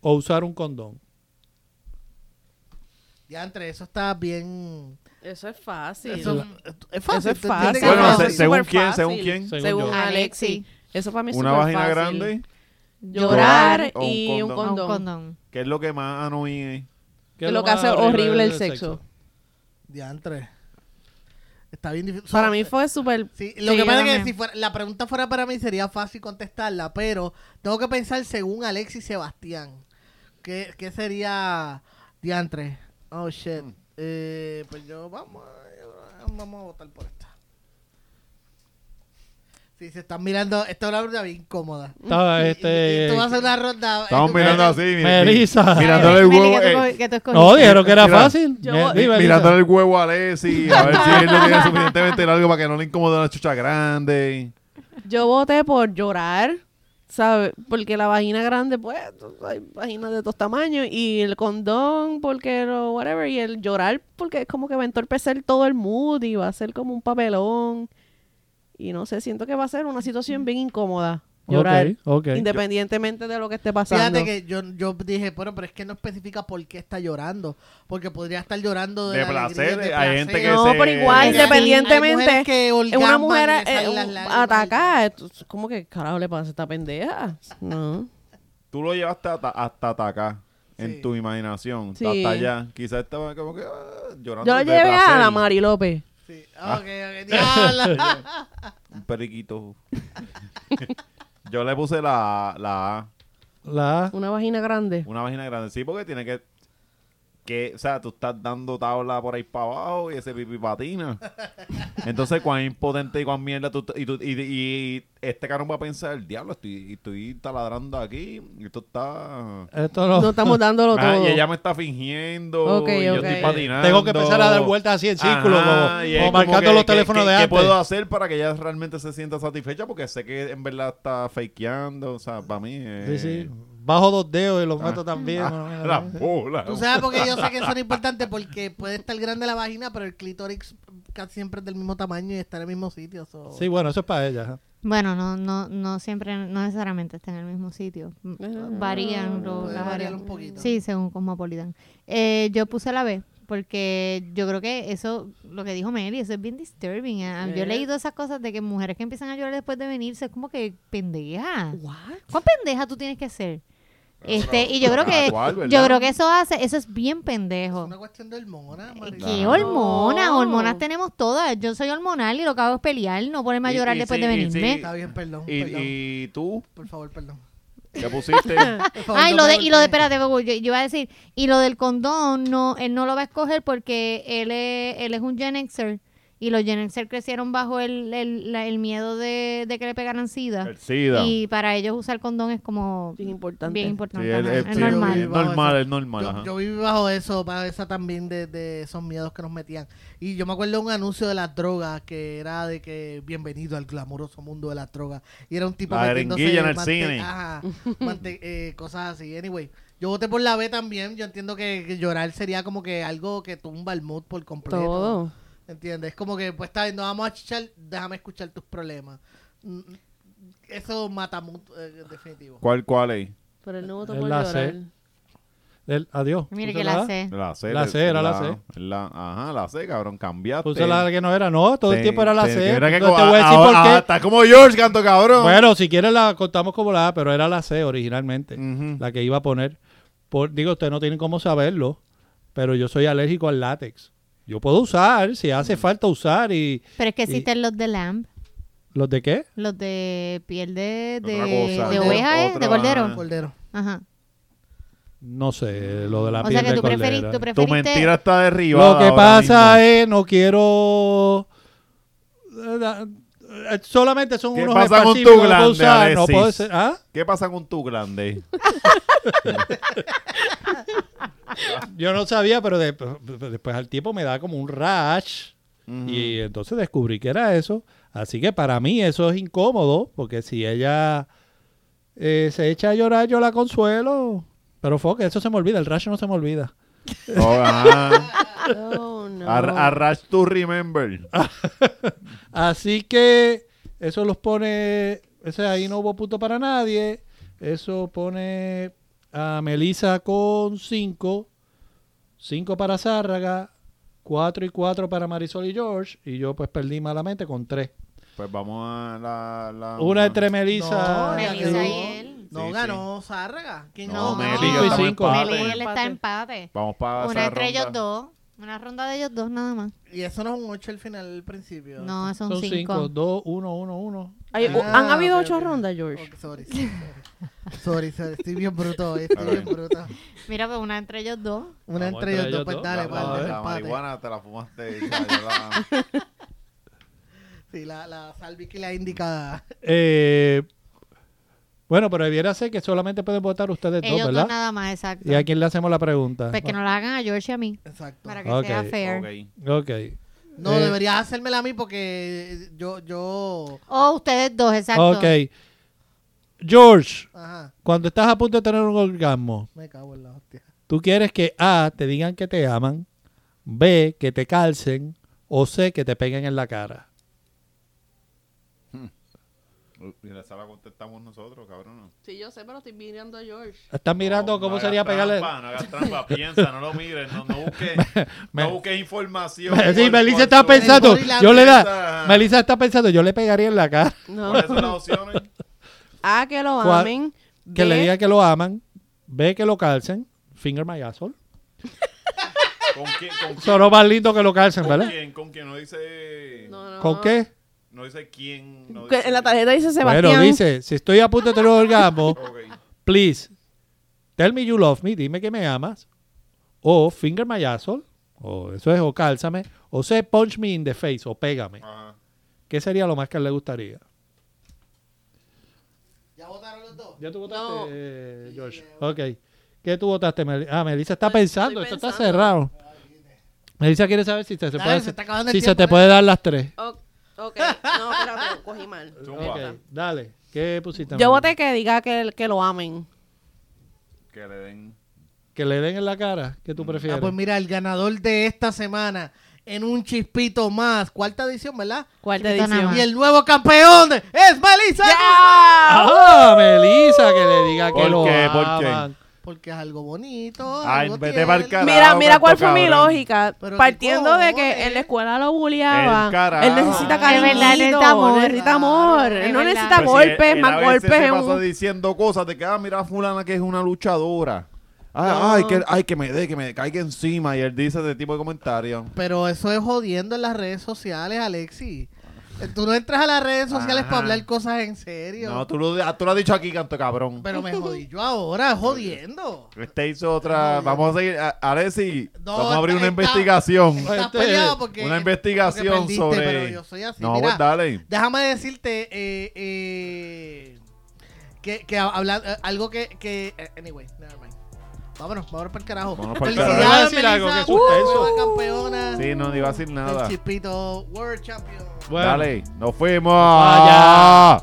B: o usar un condón.
D: Ya entre eso está bien.
E: Eso es fácil.
D: Eso, es
E: Eso
D: fácil.
E: es
D: tú
E: fácil.
D: entiendes que
A: Bueno, se-
D: es fácil.
A: según
E: Súper
A: quién,
E: fácil.
A: según quién.
B: Según
E: Según
B: yo.
E: Alexi. Eso para mí es
A: Una
E: súper
A: vagina
E: fácil.
A: grande,
E: Llorar
A: o un
E: y un
C: A un
E: condón.
C: condón.
A: que es lo que más anoí es.
E: Que lo que
B: más
E: hace horrible el sexo.
D: Ya entre. Está bien difícil.
E: Para
D: So-
E: mí fue súper...
D: Sí, lo
C: Sí,
D: que
C: yo
D: pasa es que
C: también.
D: si fuera, la pregunta fuera para mí sería fácil contestarla, pero tengo que pensar según Alexis Sebastián. ¿Qué, qué sería diantre? Oh, shit.
A: Mm.
D: Eh, pues yo, vamos, a- vamos a votar por esta. Sí, se están mirando, esta es una ronda bien incómoda.
B: Estaba
D: Y- y- y
B: este...
D: tú vas a hacer una ronda...
A: Estamos
D: eh,
A: mirando así, mi- mi-
B: Melissa.
A: mirándole el
C: Meli,
A: huevo.
C: ¿qué tú
A: eh,
C: co- qué tú escogiste?
B: No, dijeron que era
A: Mira,
B: fácil.
E: yo-
B: Me-
A: mi-
B: dime,
A: mirándole
B: Melissa.
A: el huevo a Alessi, a ver si él lo
D: *laughs*
A: tiene suficientemente largo para que no le incomode una chucha grande.
E: Yo voté por llorar, ¿sabes? Porque la vagina grande, pues, hay vaginas de todos tamaños. Y el condón, porque lo whatever. Y el llorar, porque es como que va a entorpecer todo el mood y va a ser como un papelón. Y no sé, siento que va a ser una situación bien incómoda. Llorar.
B: Ok, ok.
E: Independientemente de lo que esté pasando.
D: Fíjate que yo, yo dije, bueno, pero es que no especifica por qué está llorando. Porque podría estar llorando de,
A: De
D: la alegría,
A: placer,
D: de
A: hay gente
D: placer.
A: que
E: No,
A: se-
E: pero igual,
D: Hay- hay
E: independientemente.
D: mujeres que
E: Es una
D: holgaman
E: mujer
D: y le salen
E: eh,
D: las
E: un-
D: lágrimas.
E: atacada. Esto es como que carajo le pasa a esta pendeja? No.
A: Tú lo llevaste hasta, hasta hasta acá, en
D: Sí.
A: tu imaginación,
E: Sí.
A: hasta allá. Quizás estaba como que ah, llorando.
E: Yo lo
A: de
E: llevé a
A: placer.
E: la Mari López.
D: Sí.
A: Ah. *laughs*
D: Ok, ok, diabla.
A: Un periquito. *laughs* Yo le puse la, la A,
B: La...
E: Una vagina grande.
A: una vagina grande. Sí, porque tiene que, que. O sea, tú estás dando tabla por ahí para abajo y ese pipi patina. Entonces, cuán impotente y cuán mierda tú. Y, tú- y, y este cabrón va a pensar: diablo, estoy, estoy taladrando aquí. Esto está.
B: Esto no...
E: No estamos dándolo
A: *laughs* Ah,
E: todo.
A: y ella me está fingiendo.
E: Ok,
A: y Yo
E: ok.
A: estoy patinando.
B: Tengo que empezar a dar vueltas así en círculo, como,
A: y es
B: como
A: como
B: marcando
A: que-
B: los
A: que-
B: teléfonos
A: que-
B: de
A: ¿Qué
B: antes.
A: puedo hacer para que ella realmente se sienta satisfecha? Porque sé que en verdad está fakeando. O sea, para mí.
B: Sí,
A: es-
B: sí. Bajo dos dedos y
A: Ah.
B: los meto también. bueno, mira,
A: La
B: mira.
A: bola.
D: Tú sabes porque yo sé que son importantes porque puede estar grande la vagina, pero el clítoris casi siempre es del mismo tamaño y está en el mismo sitio. so-
B: Sí, bueno, eso es para ella. ajá.
C: Bueno, no, no, no siempre, no necesariamente está en el mismo sitio. M- eh,
E: Ah,
C: Varían los
D: puede
C: las
D: variar
C: áreas.
D: eh, un poquito.
C: Sí, según Cosmopolitan. Eh, yo puse la B porque yo creo que eso, lo que dijo Meli, eso es bien disturbing. Ah, Yo
E: Eh.
C: he leído esas cosas de que mujeres que empiezan a llorar después de venirse, es como que pendeja.
E: What?
C: ¿Cuán pendeja tú tienes que ser? Este, y yo creo que
A: Actual, ¿verdad?
C: yo creo que eso hace, eso es bien
D: Es
C: pendejo.
D: una cuestión de hormona,
C: Eh,
D: María.
C: ¿Qué
A: No.
C: hormonas? Hormonas
E: No.
C: tenemos todas. Yo soy hormonal y lo que hago es pelear, no ponerme a
A: Y-
C: llorar
A: y
C: después
A: sí,
C: de
A: y sí.
C: venirme.
D: Está bien, perdón.
A: ¿Y,
D: perdón.
A: y tú?
D: Por favor, perdón.
A: ¿Qué pusiste?
D: Por favor,
C: Ay,
D: no
C: lo
D: me
C: de, y lo de,
D: golpees.
C: espérate, Bobo, yo, yo iba a decir, y lo del condón, no, él no lo va a escoger porque él es, él es un Gen Xer y los Gen Xer crecieron bajo el, el, la- el miedo de, de que le pegaran SIDA.
A: El SIDA.
C: Y para ellos usar condón es como
E: Bien importante.
C: bien
A: Sí,
C: importante,
A: el-
C: ajá,
A: el-
C: es
A: sí,
C: normal.
A: Es normal, es normal.
D: Yo,
A: ajá.
D: yo viví bajo eso, bajo esa también de, de esos miedos que nos metían. Y yo me acuerdo de un anuncio de las drogas que era de que bienvenido al glamuroso mundo de las drogas. Y era un tipo
A: La
D: metiéndose
A: jeringuilla en el
D: mante-
A: cine.
D: ajá, mante- eh, cosas así. Anyway, yo voté por la B también. Yo entiendo que, que llorar sería como que algo que tumba el mood por completo.
E: Todo.
D: ¿Entiendes? Como que, pues, está bien, no vamos a chichar, déjame escuchar tus problemas. Mm, Eso mata mood, eh, definitivo.
A: ¿Cuál, cuál es?
E: Pero él no votó
B: Es
E: por
B: la
E: llorar.
B: C. El- adiós.
C: Mire
B: ¿Puse
C: que
B: la
C: la
B: A?
C: sé.
A: La C.
B: La C, era la C.
A: la- ajá, la C, cabrón. Cambiaste.
B: Puse la que no era. No, todo el
A: Te-
B: tiempo era la
A: te-
B: C.
A: que era que
B: Entonces te
A: como-
B: voy a decir
A: ah,
B: por
A: ah,
B: qué.
A: Está como George, canto cabrón.
B: Bueno, si quieres la contamos como la A, pero era la C originalmente,
A: Ujú.
B: la que iba a poner. Por, digo, ustedes no tienen cómo saberlo, pero yo soy alérgico al látex. Yo puedo usar, si
A: Mm.
B: hace falta usar y...
C: Pero es que existen los de lamb,
B: ¿Los de qué?
C: los de piel de, de,
A: Otra cosa.
C: de
D: Cordero,
C: oveja, ¿eh?
A: otra
C: de cordero.
A: vaina.
D: Cordero.
C: Ajá.
B: No sé, lo de la
C: O
B: piel
C: sea que
B: de
C: tú, preferí-
B: cordero.
C: tú
A: Tu
C: preferiste...
A: mentira está derribada.
B: Lo que
A: ahora
B: pasa
A: mismo.
B: es, no quiero... eh, da- eh, solamente son
A: ¿Qué
B: unos
A: pasa con tu
B: esparcimientos que puedo
A: glande,
B: usar, no
A: Alexis?
B: puedo ser, ¿ah?
A: ¿Qué pasa con tu
B: *laughs*
A: glande?
B: Yo no sabía, pero de- pues, después al tiempo me da como un rash. Y entonces descubrí que era eso. Así que para mí eso es incómodo, porque si ella eh, se echa a llorar, yo la consuelo. Pero fuck, eso se me olvida, el rash no se me olvida. *laughs*
A: Oh, ah.
E: *laughs* Oh, no.
A: A- a Rush to Remember.
B: Así que eso los pone. Ese ahí no hubo punto para nadie. Eso pone a Melissa con 5. 5 para Zárraga. 4 y 4 para Marisol y George. Y yo pues perdí malamente con 3.
A: Pues vamos a la... la-
B: Una entre
D: No,
B: Melissa.
C: Melissa y
B: y-
C: él.
D: No
A: Sí,
D: ganó Zárraga. ¿Quién
A: No,
D: ganó?
A: Meli,
C: Cinco
A: yo
C: y
A: estamos
B: cinco.
A: empate.
C: Meli y él
E: Empate.
C: está en empate.
A: Vamos para
C: Una entre ellos dos. Una ronda de ellos dos nada más.
D: Y eso no es un 8 al final, al principio.
C: No, son,
B: Son 5,
C: cinco.
B: 2, 1, 1, 1.
E: Hay-
D: Ah,
E: o- oh, han habido
D: ok,
E: ocho
D: ok.
E: rondas, George.
D: Ok, sorry, sorry. sorry, sorry. Estoy bien bruto hoy. Estoy
A: All
D: bien
A: right.
D: bruto.
C: Mira, pues una entre ellos dos.
D: Una
B: Vamos
D: entre
B: entre
D: ellos dos.
B: ellos
D: Pues
B: dos.
A: Dale,
D: dale,
B: Vamos,
D: vale,
B: dale.
A: la
D: empate.
A: marihuana te la fumaste. ya, yo la-
D: Sí, la, la Salvi que la indicada.
B: Eh, bueno, pero debiera ser que solamente pueden votar ustedes
C: Ellos
B: dos,
C: dos
B: ¿verdad?
C: nada más, exacto.
B: ¿Y a quién le hacemos la pregunta?
C: Pues que nos la hagan a George y a mí.
D: Exacto.
C: Para que
B: Ok,
C: sea *laughs* fair.
A: Ok.
B: Ok.
D: No,
B: Eh,
D: deberías hacérmela a mí porque yo, yo,
C: O ustedes dos, exacto.
B: Ok. George,
D: ajá,
B: cuando estás a punto de tener un orgasmo,
D: me cago en la hostia.
B: tú quieres que A, te digan que te aman, B, que te calcen, o C, que te peguen en la cara.
A: Mira, esa la contestamos nosotros, cabrón.
E: Sí, yo sé, pero estoy mirando a George.
B: Estás mirando
A: No,
B: cómo
A: no hagas
B: sería pegarle...
A: Oh, Trampa, no hagas
B: *laughs*
A: trampa, piensa, no lo mires, no, no busques,
B: me-
A: no busques información.
B: *laughs* sí,
A: por-
B: Melissa
A: por
B: está
A: tu-
B: pensando,
D: por la
B: yo le da,
A: cabeza.
B: Melissa está pensando, yo le pegaría en la cara,
E: No.
A: ¿Cuáles son las opciones?
E: A, que lo
B: ¿Cuál?
E: amen.
B: que
E: B,
B: le diga que lo aman, B, que lo calcen, finger my asshole.
A: ¿Con quién? ¿Con
B: *laughs*
A: quién?
B: Sonó más lindo que lo calcen,
A: ¿Con
B: ¿verdad?
A: quién? ¿Con quién? No dice...
E: No, no.
B: ¿Con qué?
A: No dice quién. No
E: Que
A: dice-
E: En la tarjeta dice Sebastián.
B: Bueno, dice, si estoy a punto de tener un orgasmo,
A: Ok.
B: please, tell me you love me, dime que me amas, o finger my asshole, o eso es, o cálzame, o say punch me in the face, o pégame.
A: Ajá.
B: ¿Qué sería lo más que le gustaría?
D: ¿Ya votaron los dos? Ah,
B: Ya tú votaste,
E: No.
B: eh, George. Ok. ¿Qué tú votaste, Mel- Ah, Melissa está pensando, esto está
E: pensando.
B: cerrado. Melissa quiere saber si te, se
D: Ah, Dale,
B: puede,
D: se está acabando el
B: si se
D: tiempo, ¿eh?
B: te
D: dale.
B: puede dar las tres.
E: O- ok, no, espérate, cogí mal.
A: Zumba.
B: Ok, dale. ¿Qué pusiste?
E: Yo
B: Melissa?
E: voté que diga que, que lo amen.
A: Que le den...
B: Que le den en la cara. ¿Qué tú prefieres?
D: Ah, pues mira, el ganador de esta semana en un chispito más, cuarta edición, ¿verdad?
E: ¿Cuál te
C: Chiquito nada
E: edición?
C: más.
D: Y el nuevo campeón de- es Melissa.
B: ¡Ah, Melissa! Que le diga que
A: ¿Por
B: lo
A: qué? ¿Por qué?
B: aman.
D: Porque es algo bonito.
A: Ay,
D: algo
A: vete
D: tierno.
A: pa'l carajo.
E: Mira, mira
A: Carajo,
E: cuál fue
A: cuánto
E: mi
A: cabrón.
E: lógica.
D: Pero qué
E: Partiendo de que
D: cojones.
E: en la escuela lo
A: El
E: bulleaba.
A: carajo.
E: Él necesita
A: Es
E: cariñito,
C: verdad, él necesita amor.
E: necesita amor.
C: Es
E: No
C: verdad.
E: necesita
C: Pero
A: Pues si
E: golpes,
A: él- él a
E: más
A: veces
E: golpes.
A: Se
E: es
A: pasa
E: un-
A: diciendo cosas de que, ah, mira, fulana que es una luchadora. Ah,
E: No.
A: Ay, que, ay, que me dé, que me caiga encima. Y él dice ese tipo de comentarios.
D: Pero eso es jodiendo en las redes sociales, Alexi. Tú no entras a las redes sociales
A: Ajá.
D: para hablar cosas en serio.
A: No, tú lo, ah, tú lo has dicho aquí, canto cabrón.
D: Pero me jodí yo ahora, jodiendo.
A: Este hizo otra. Vamos a seguir. a- Alexi,
D: No,
A: vamos a abrir
D: está-
A: una
D: está-
A: investigación.
D: Estás
B: Este-
D: peleado porque-
A: una investigación
D: porque perdiste,
A: sobre.
D: pero yo soy así.
A: No,
D: Mira,
A: pues dale.
D: Déjame decirte eh, eh, que, que hablando algo que, que eh, anyway, never mind. Vámonos, vámonos para el carajo.
A: Vámonos pa'l
D: Felicidades,
A: carajo.
B: Iba a decir
D: Melissa,
B: algo, qué
D: por ser
B: suspenso.
D: nueva campeona
A: Sí, no, no iba a decir nada.
D: del Chispito World Champion.
B: Bueno.
E: Ah,
A: Dale, nos fuimos.
B: Vaya.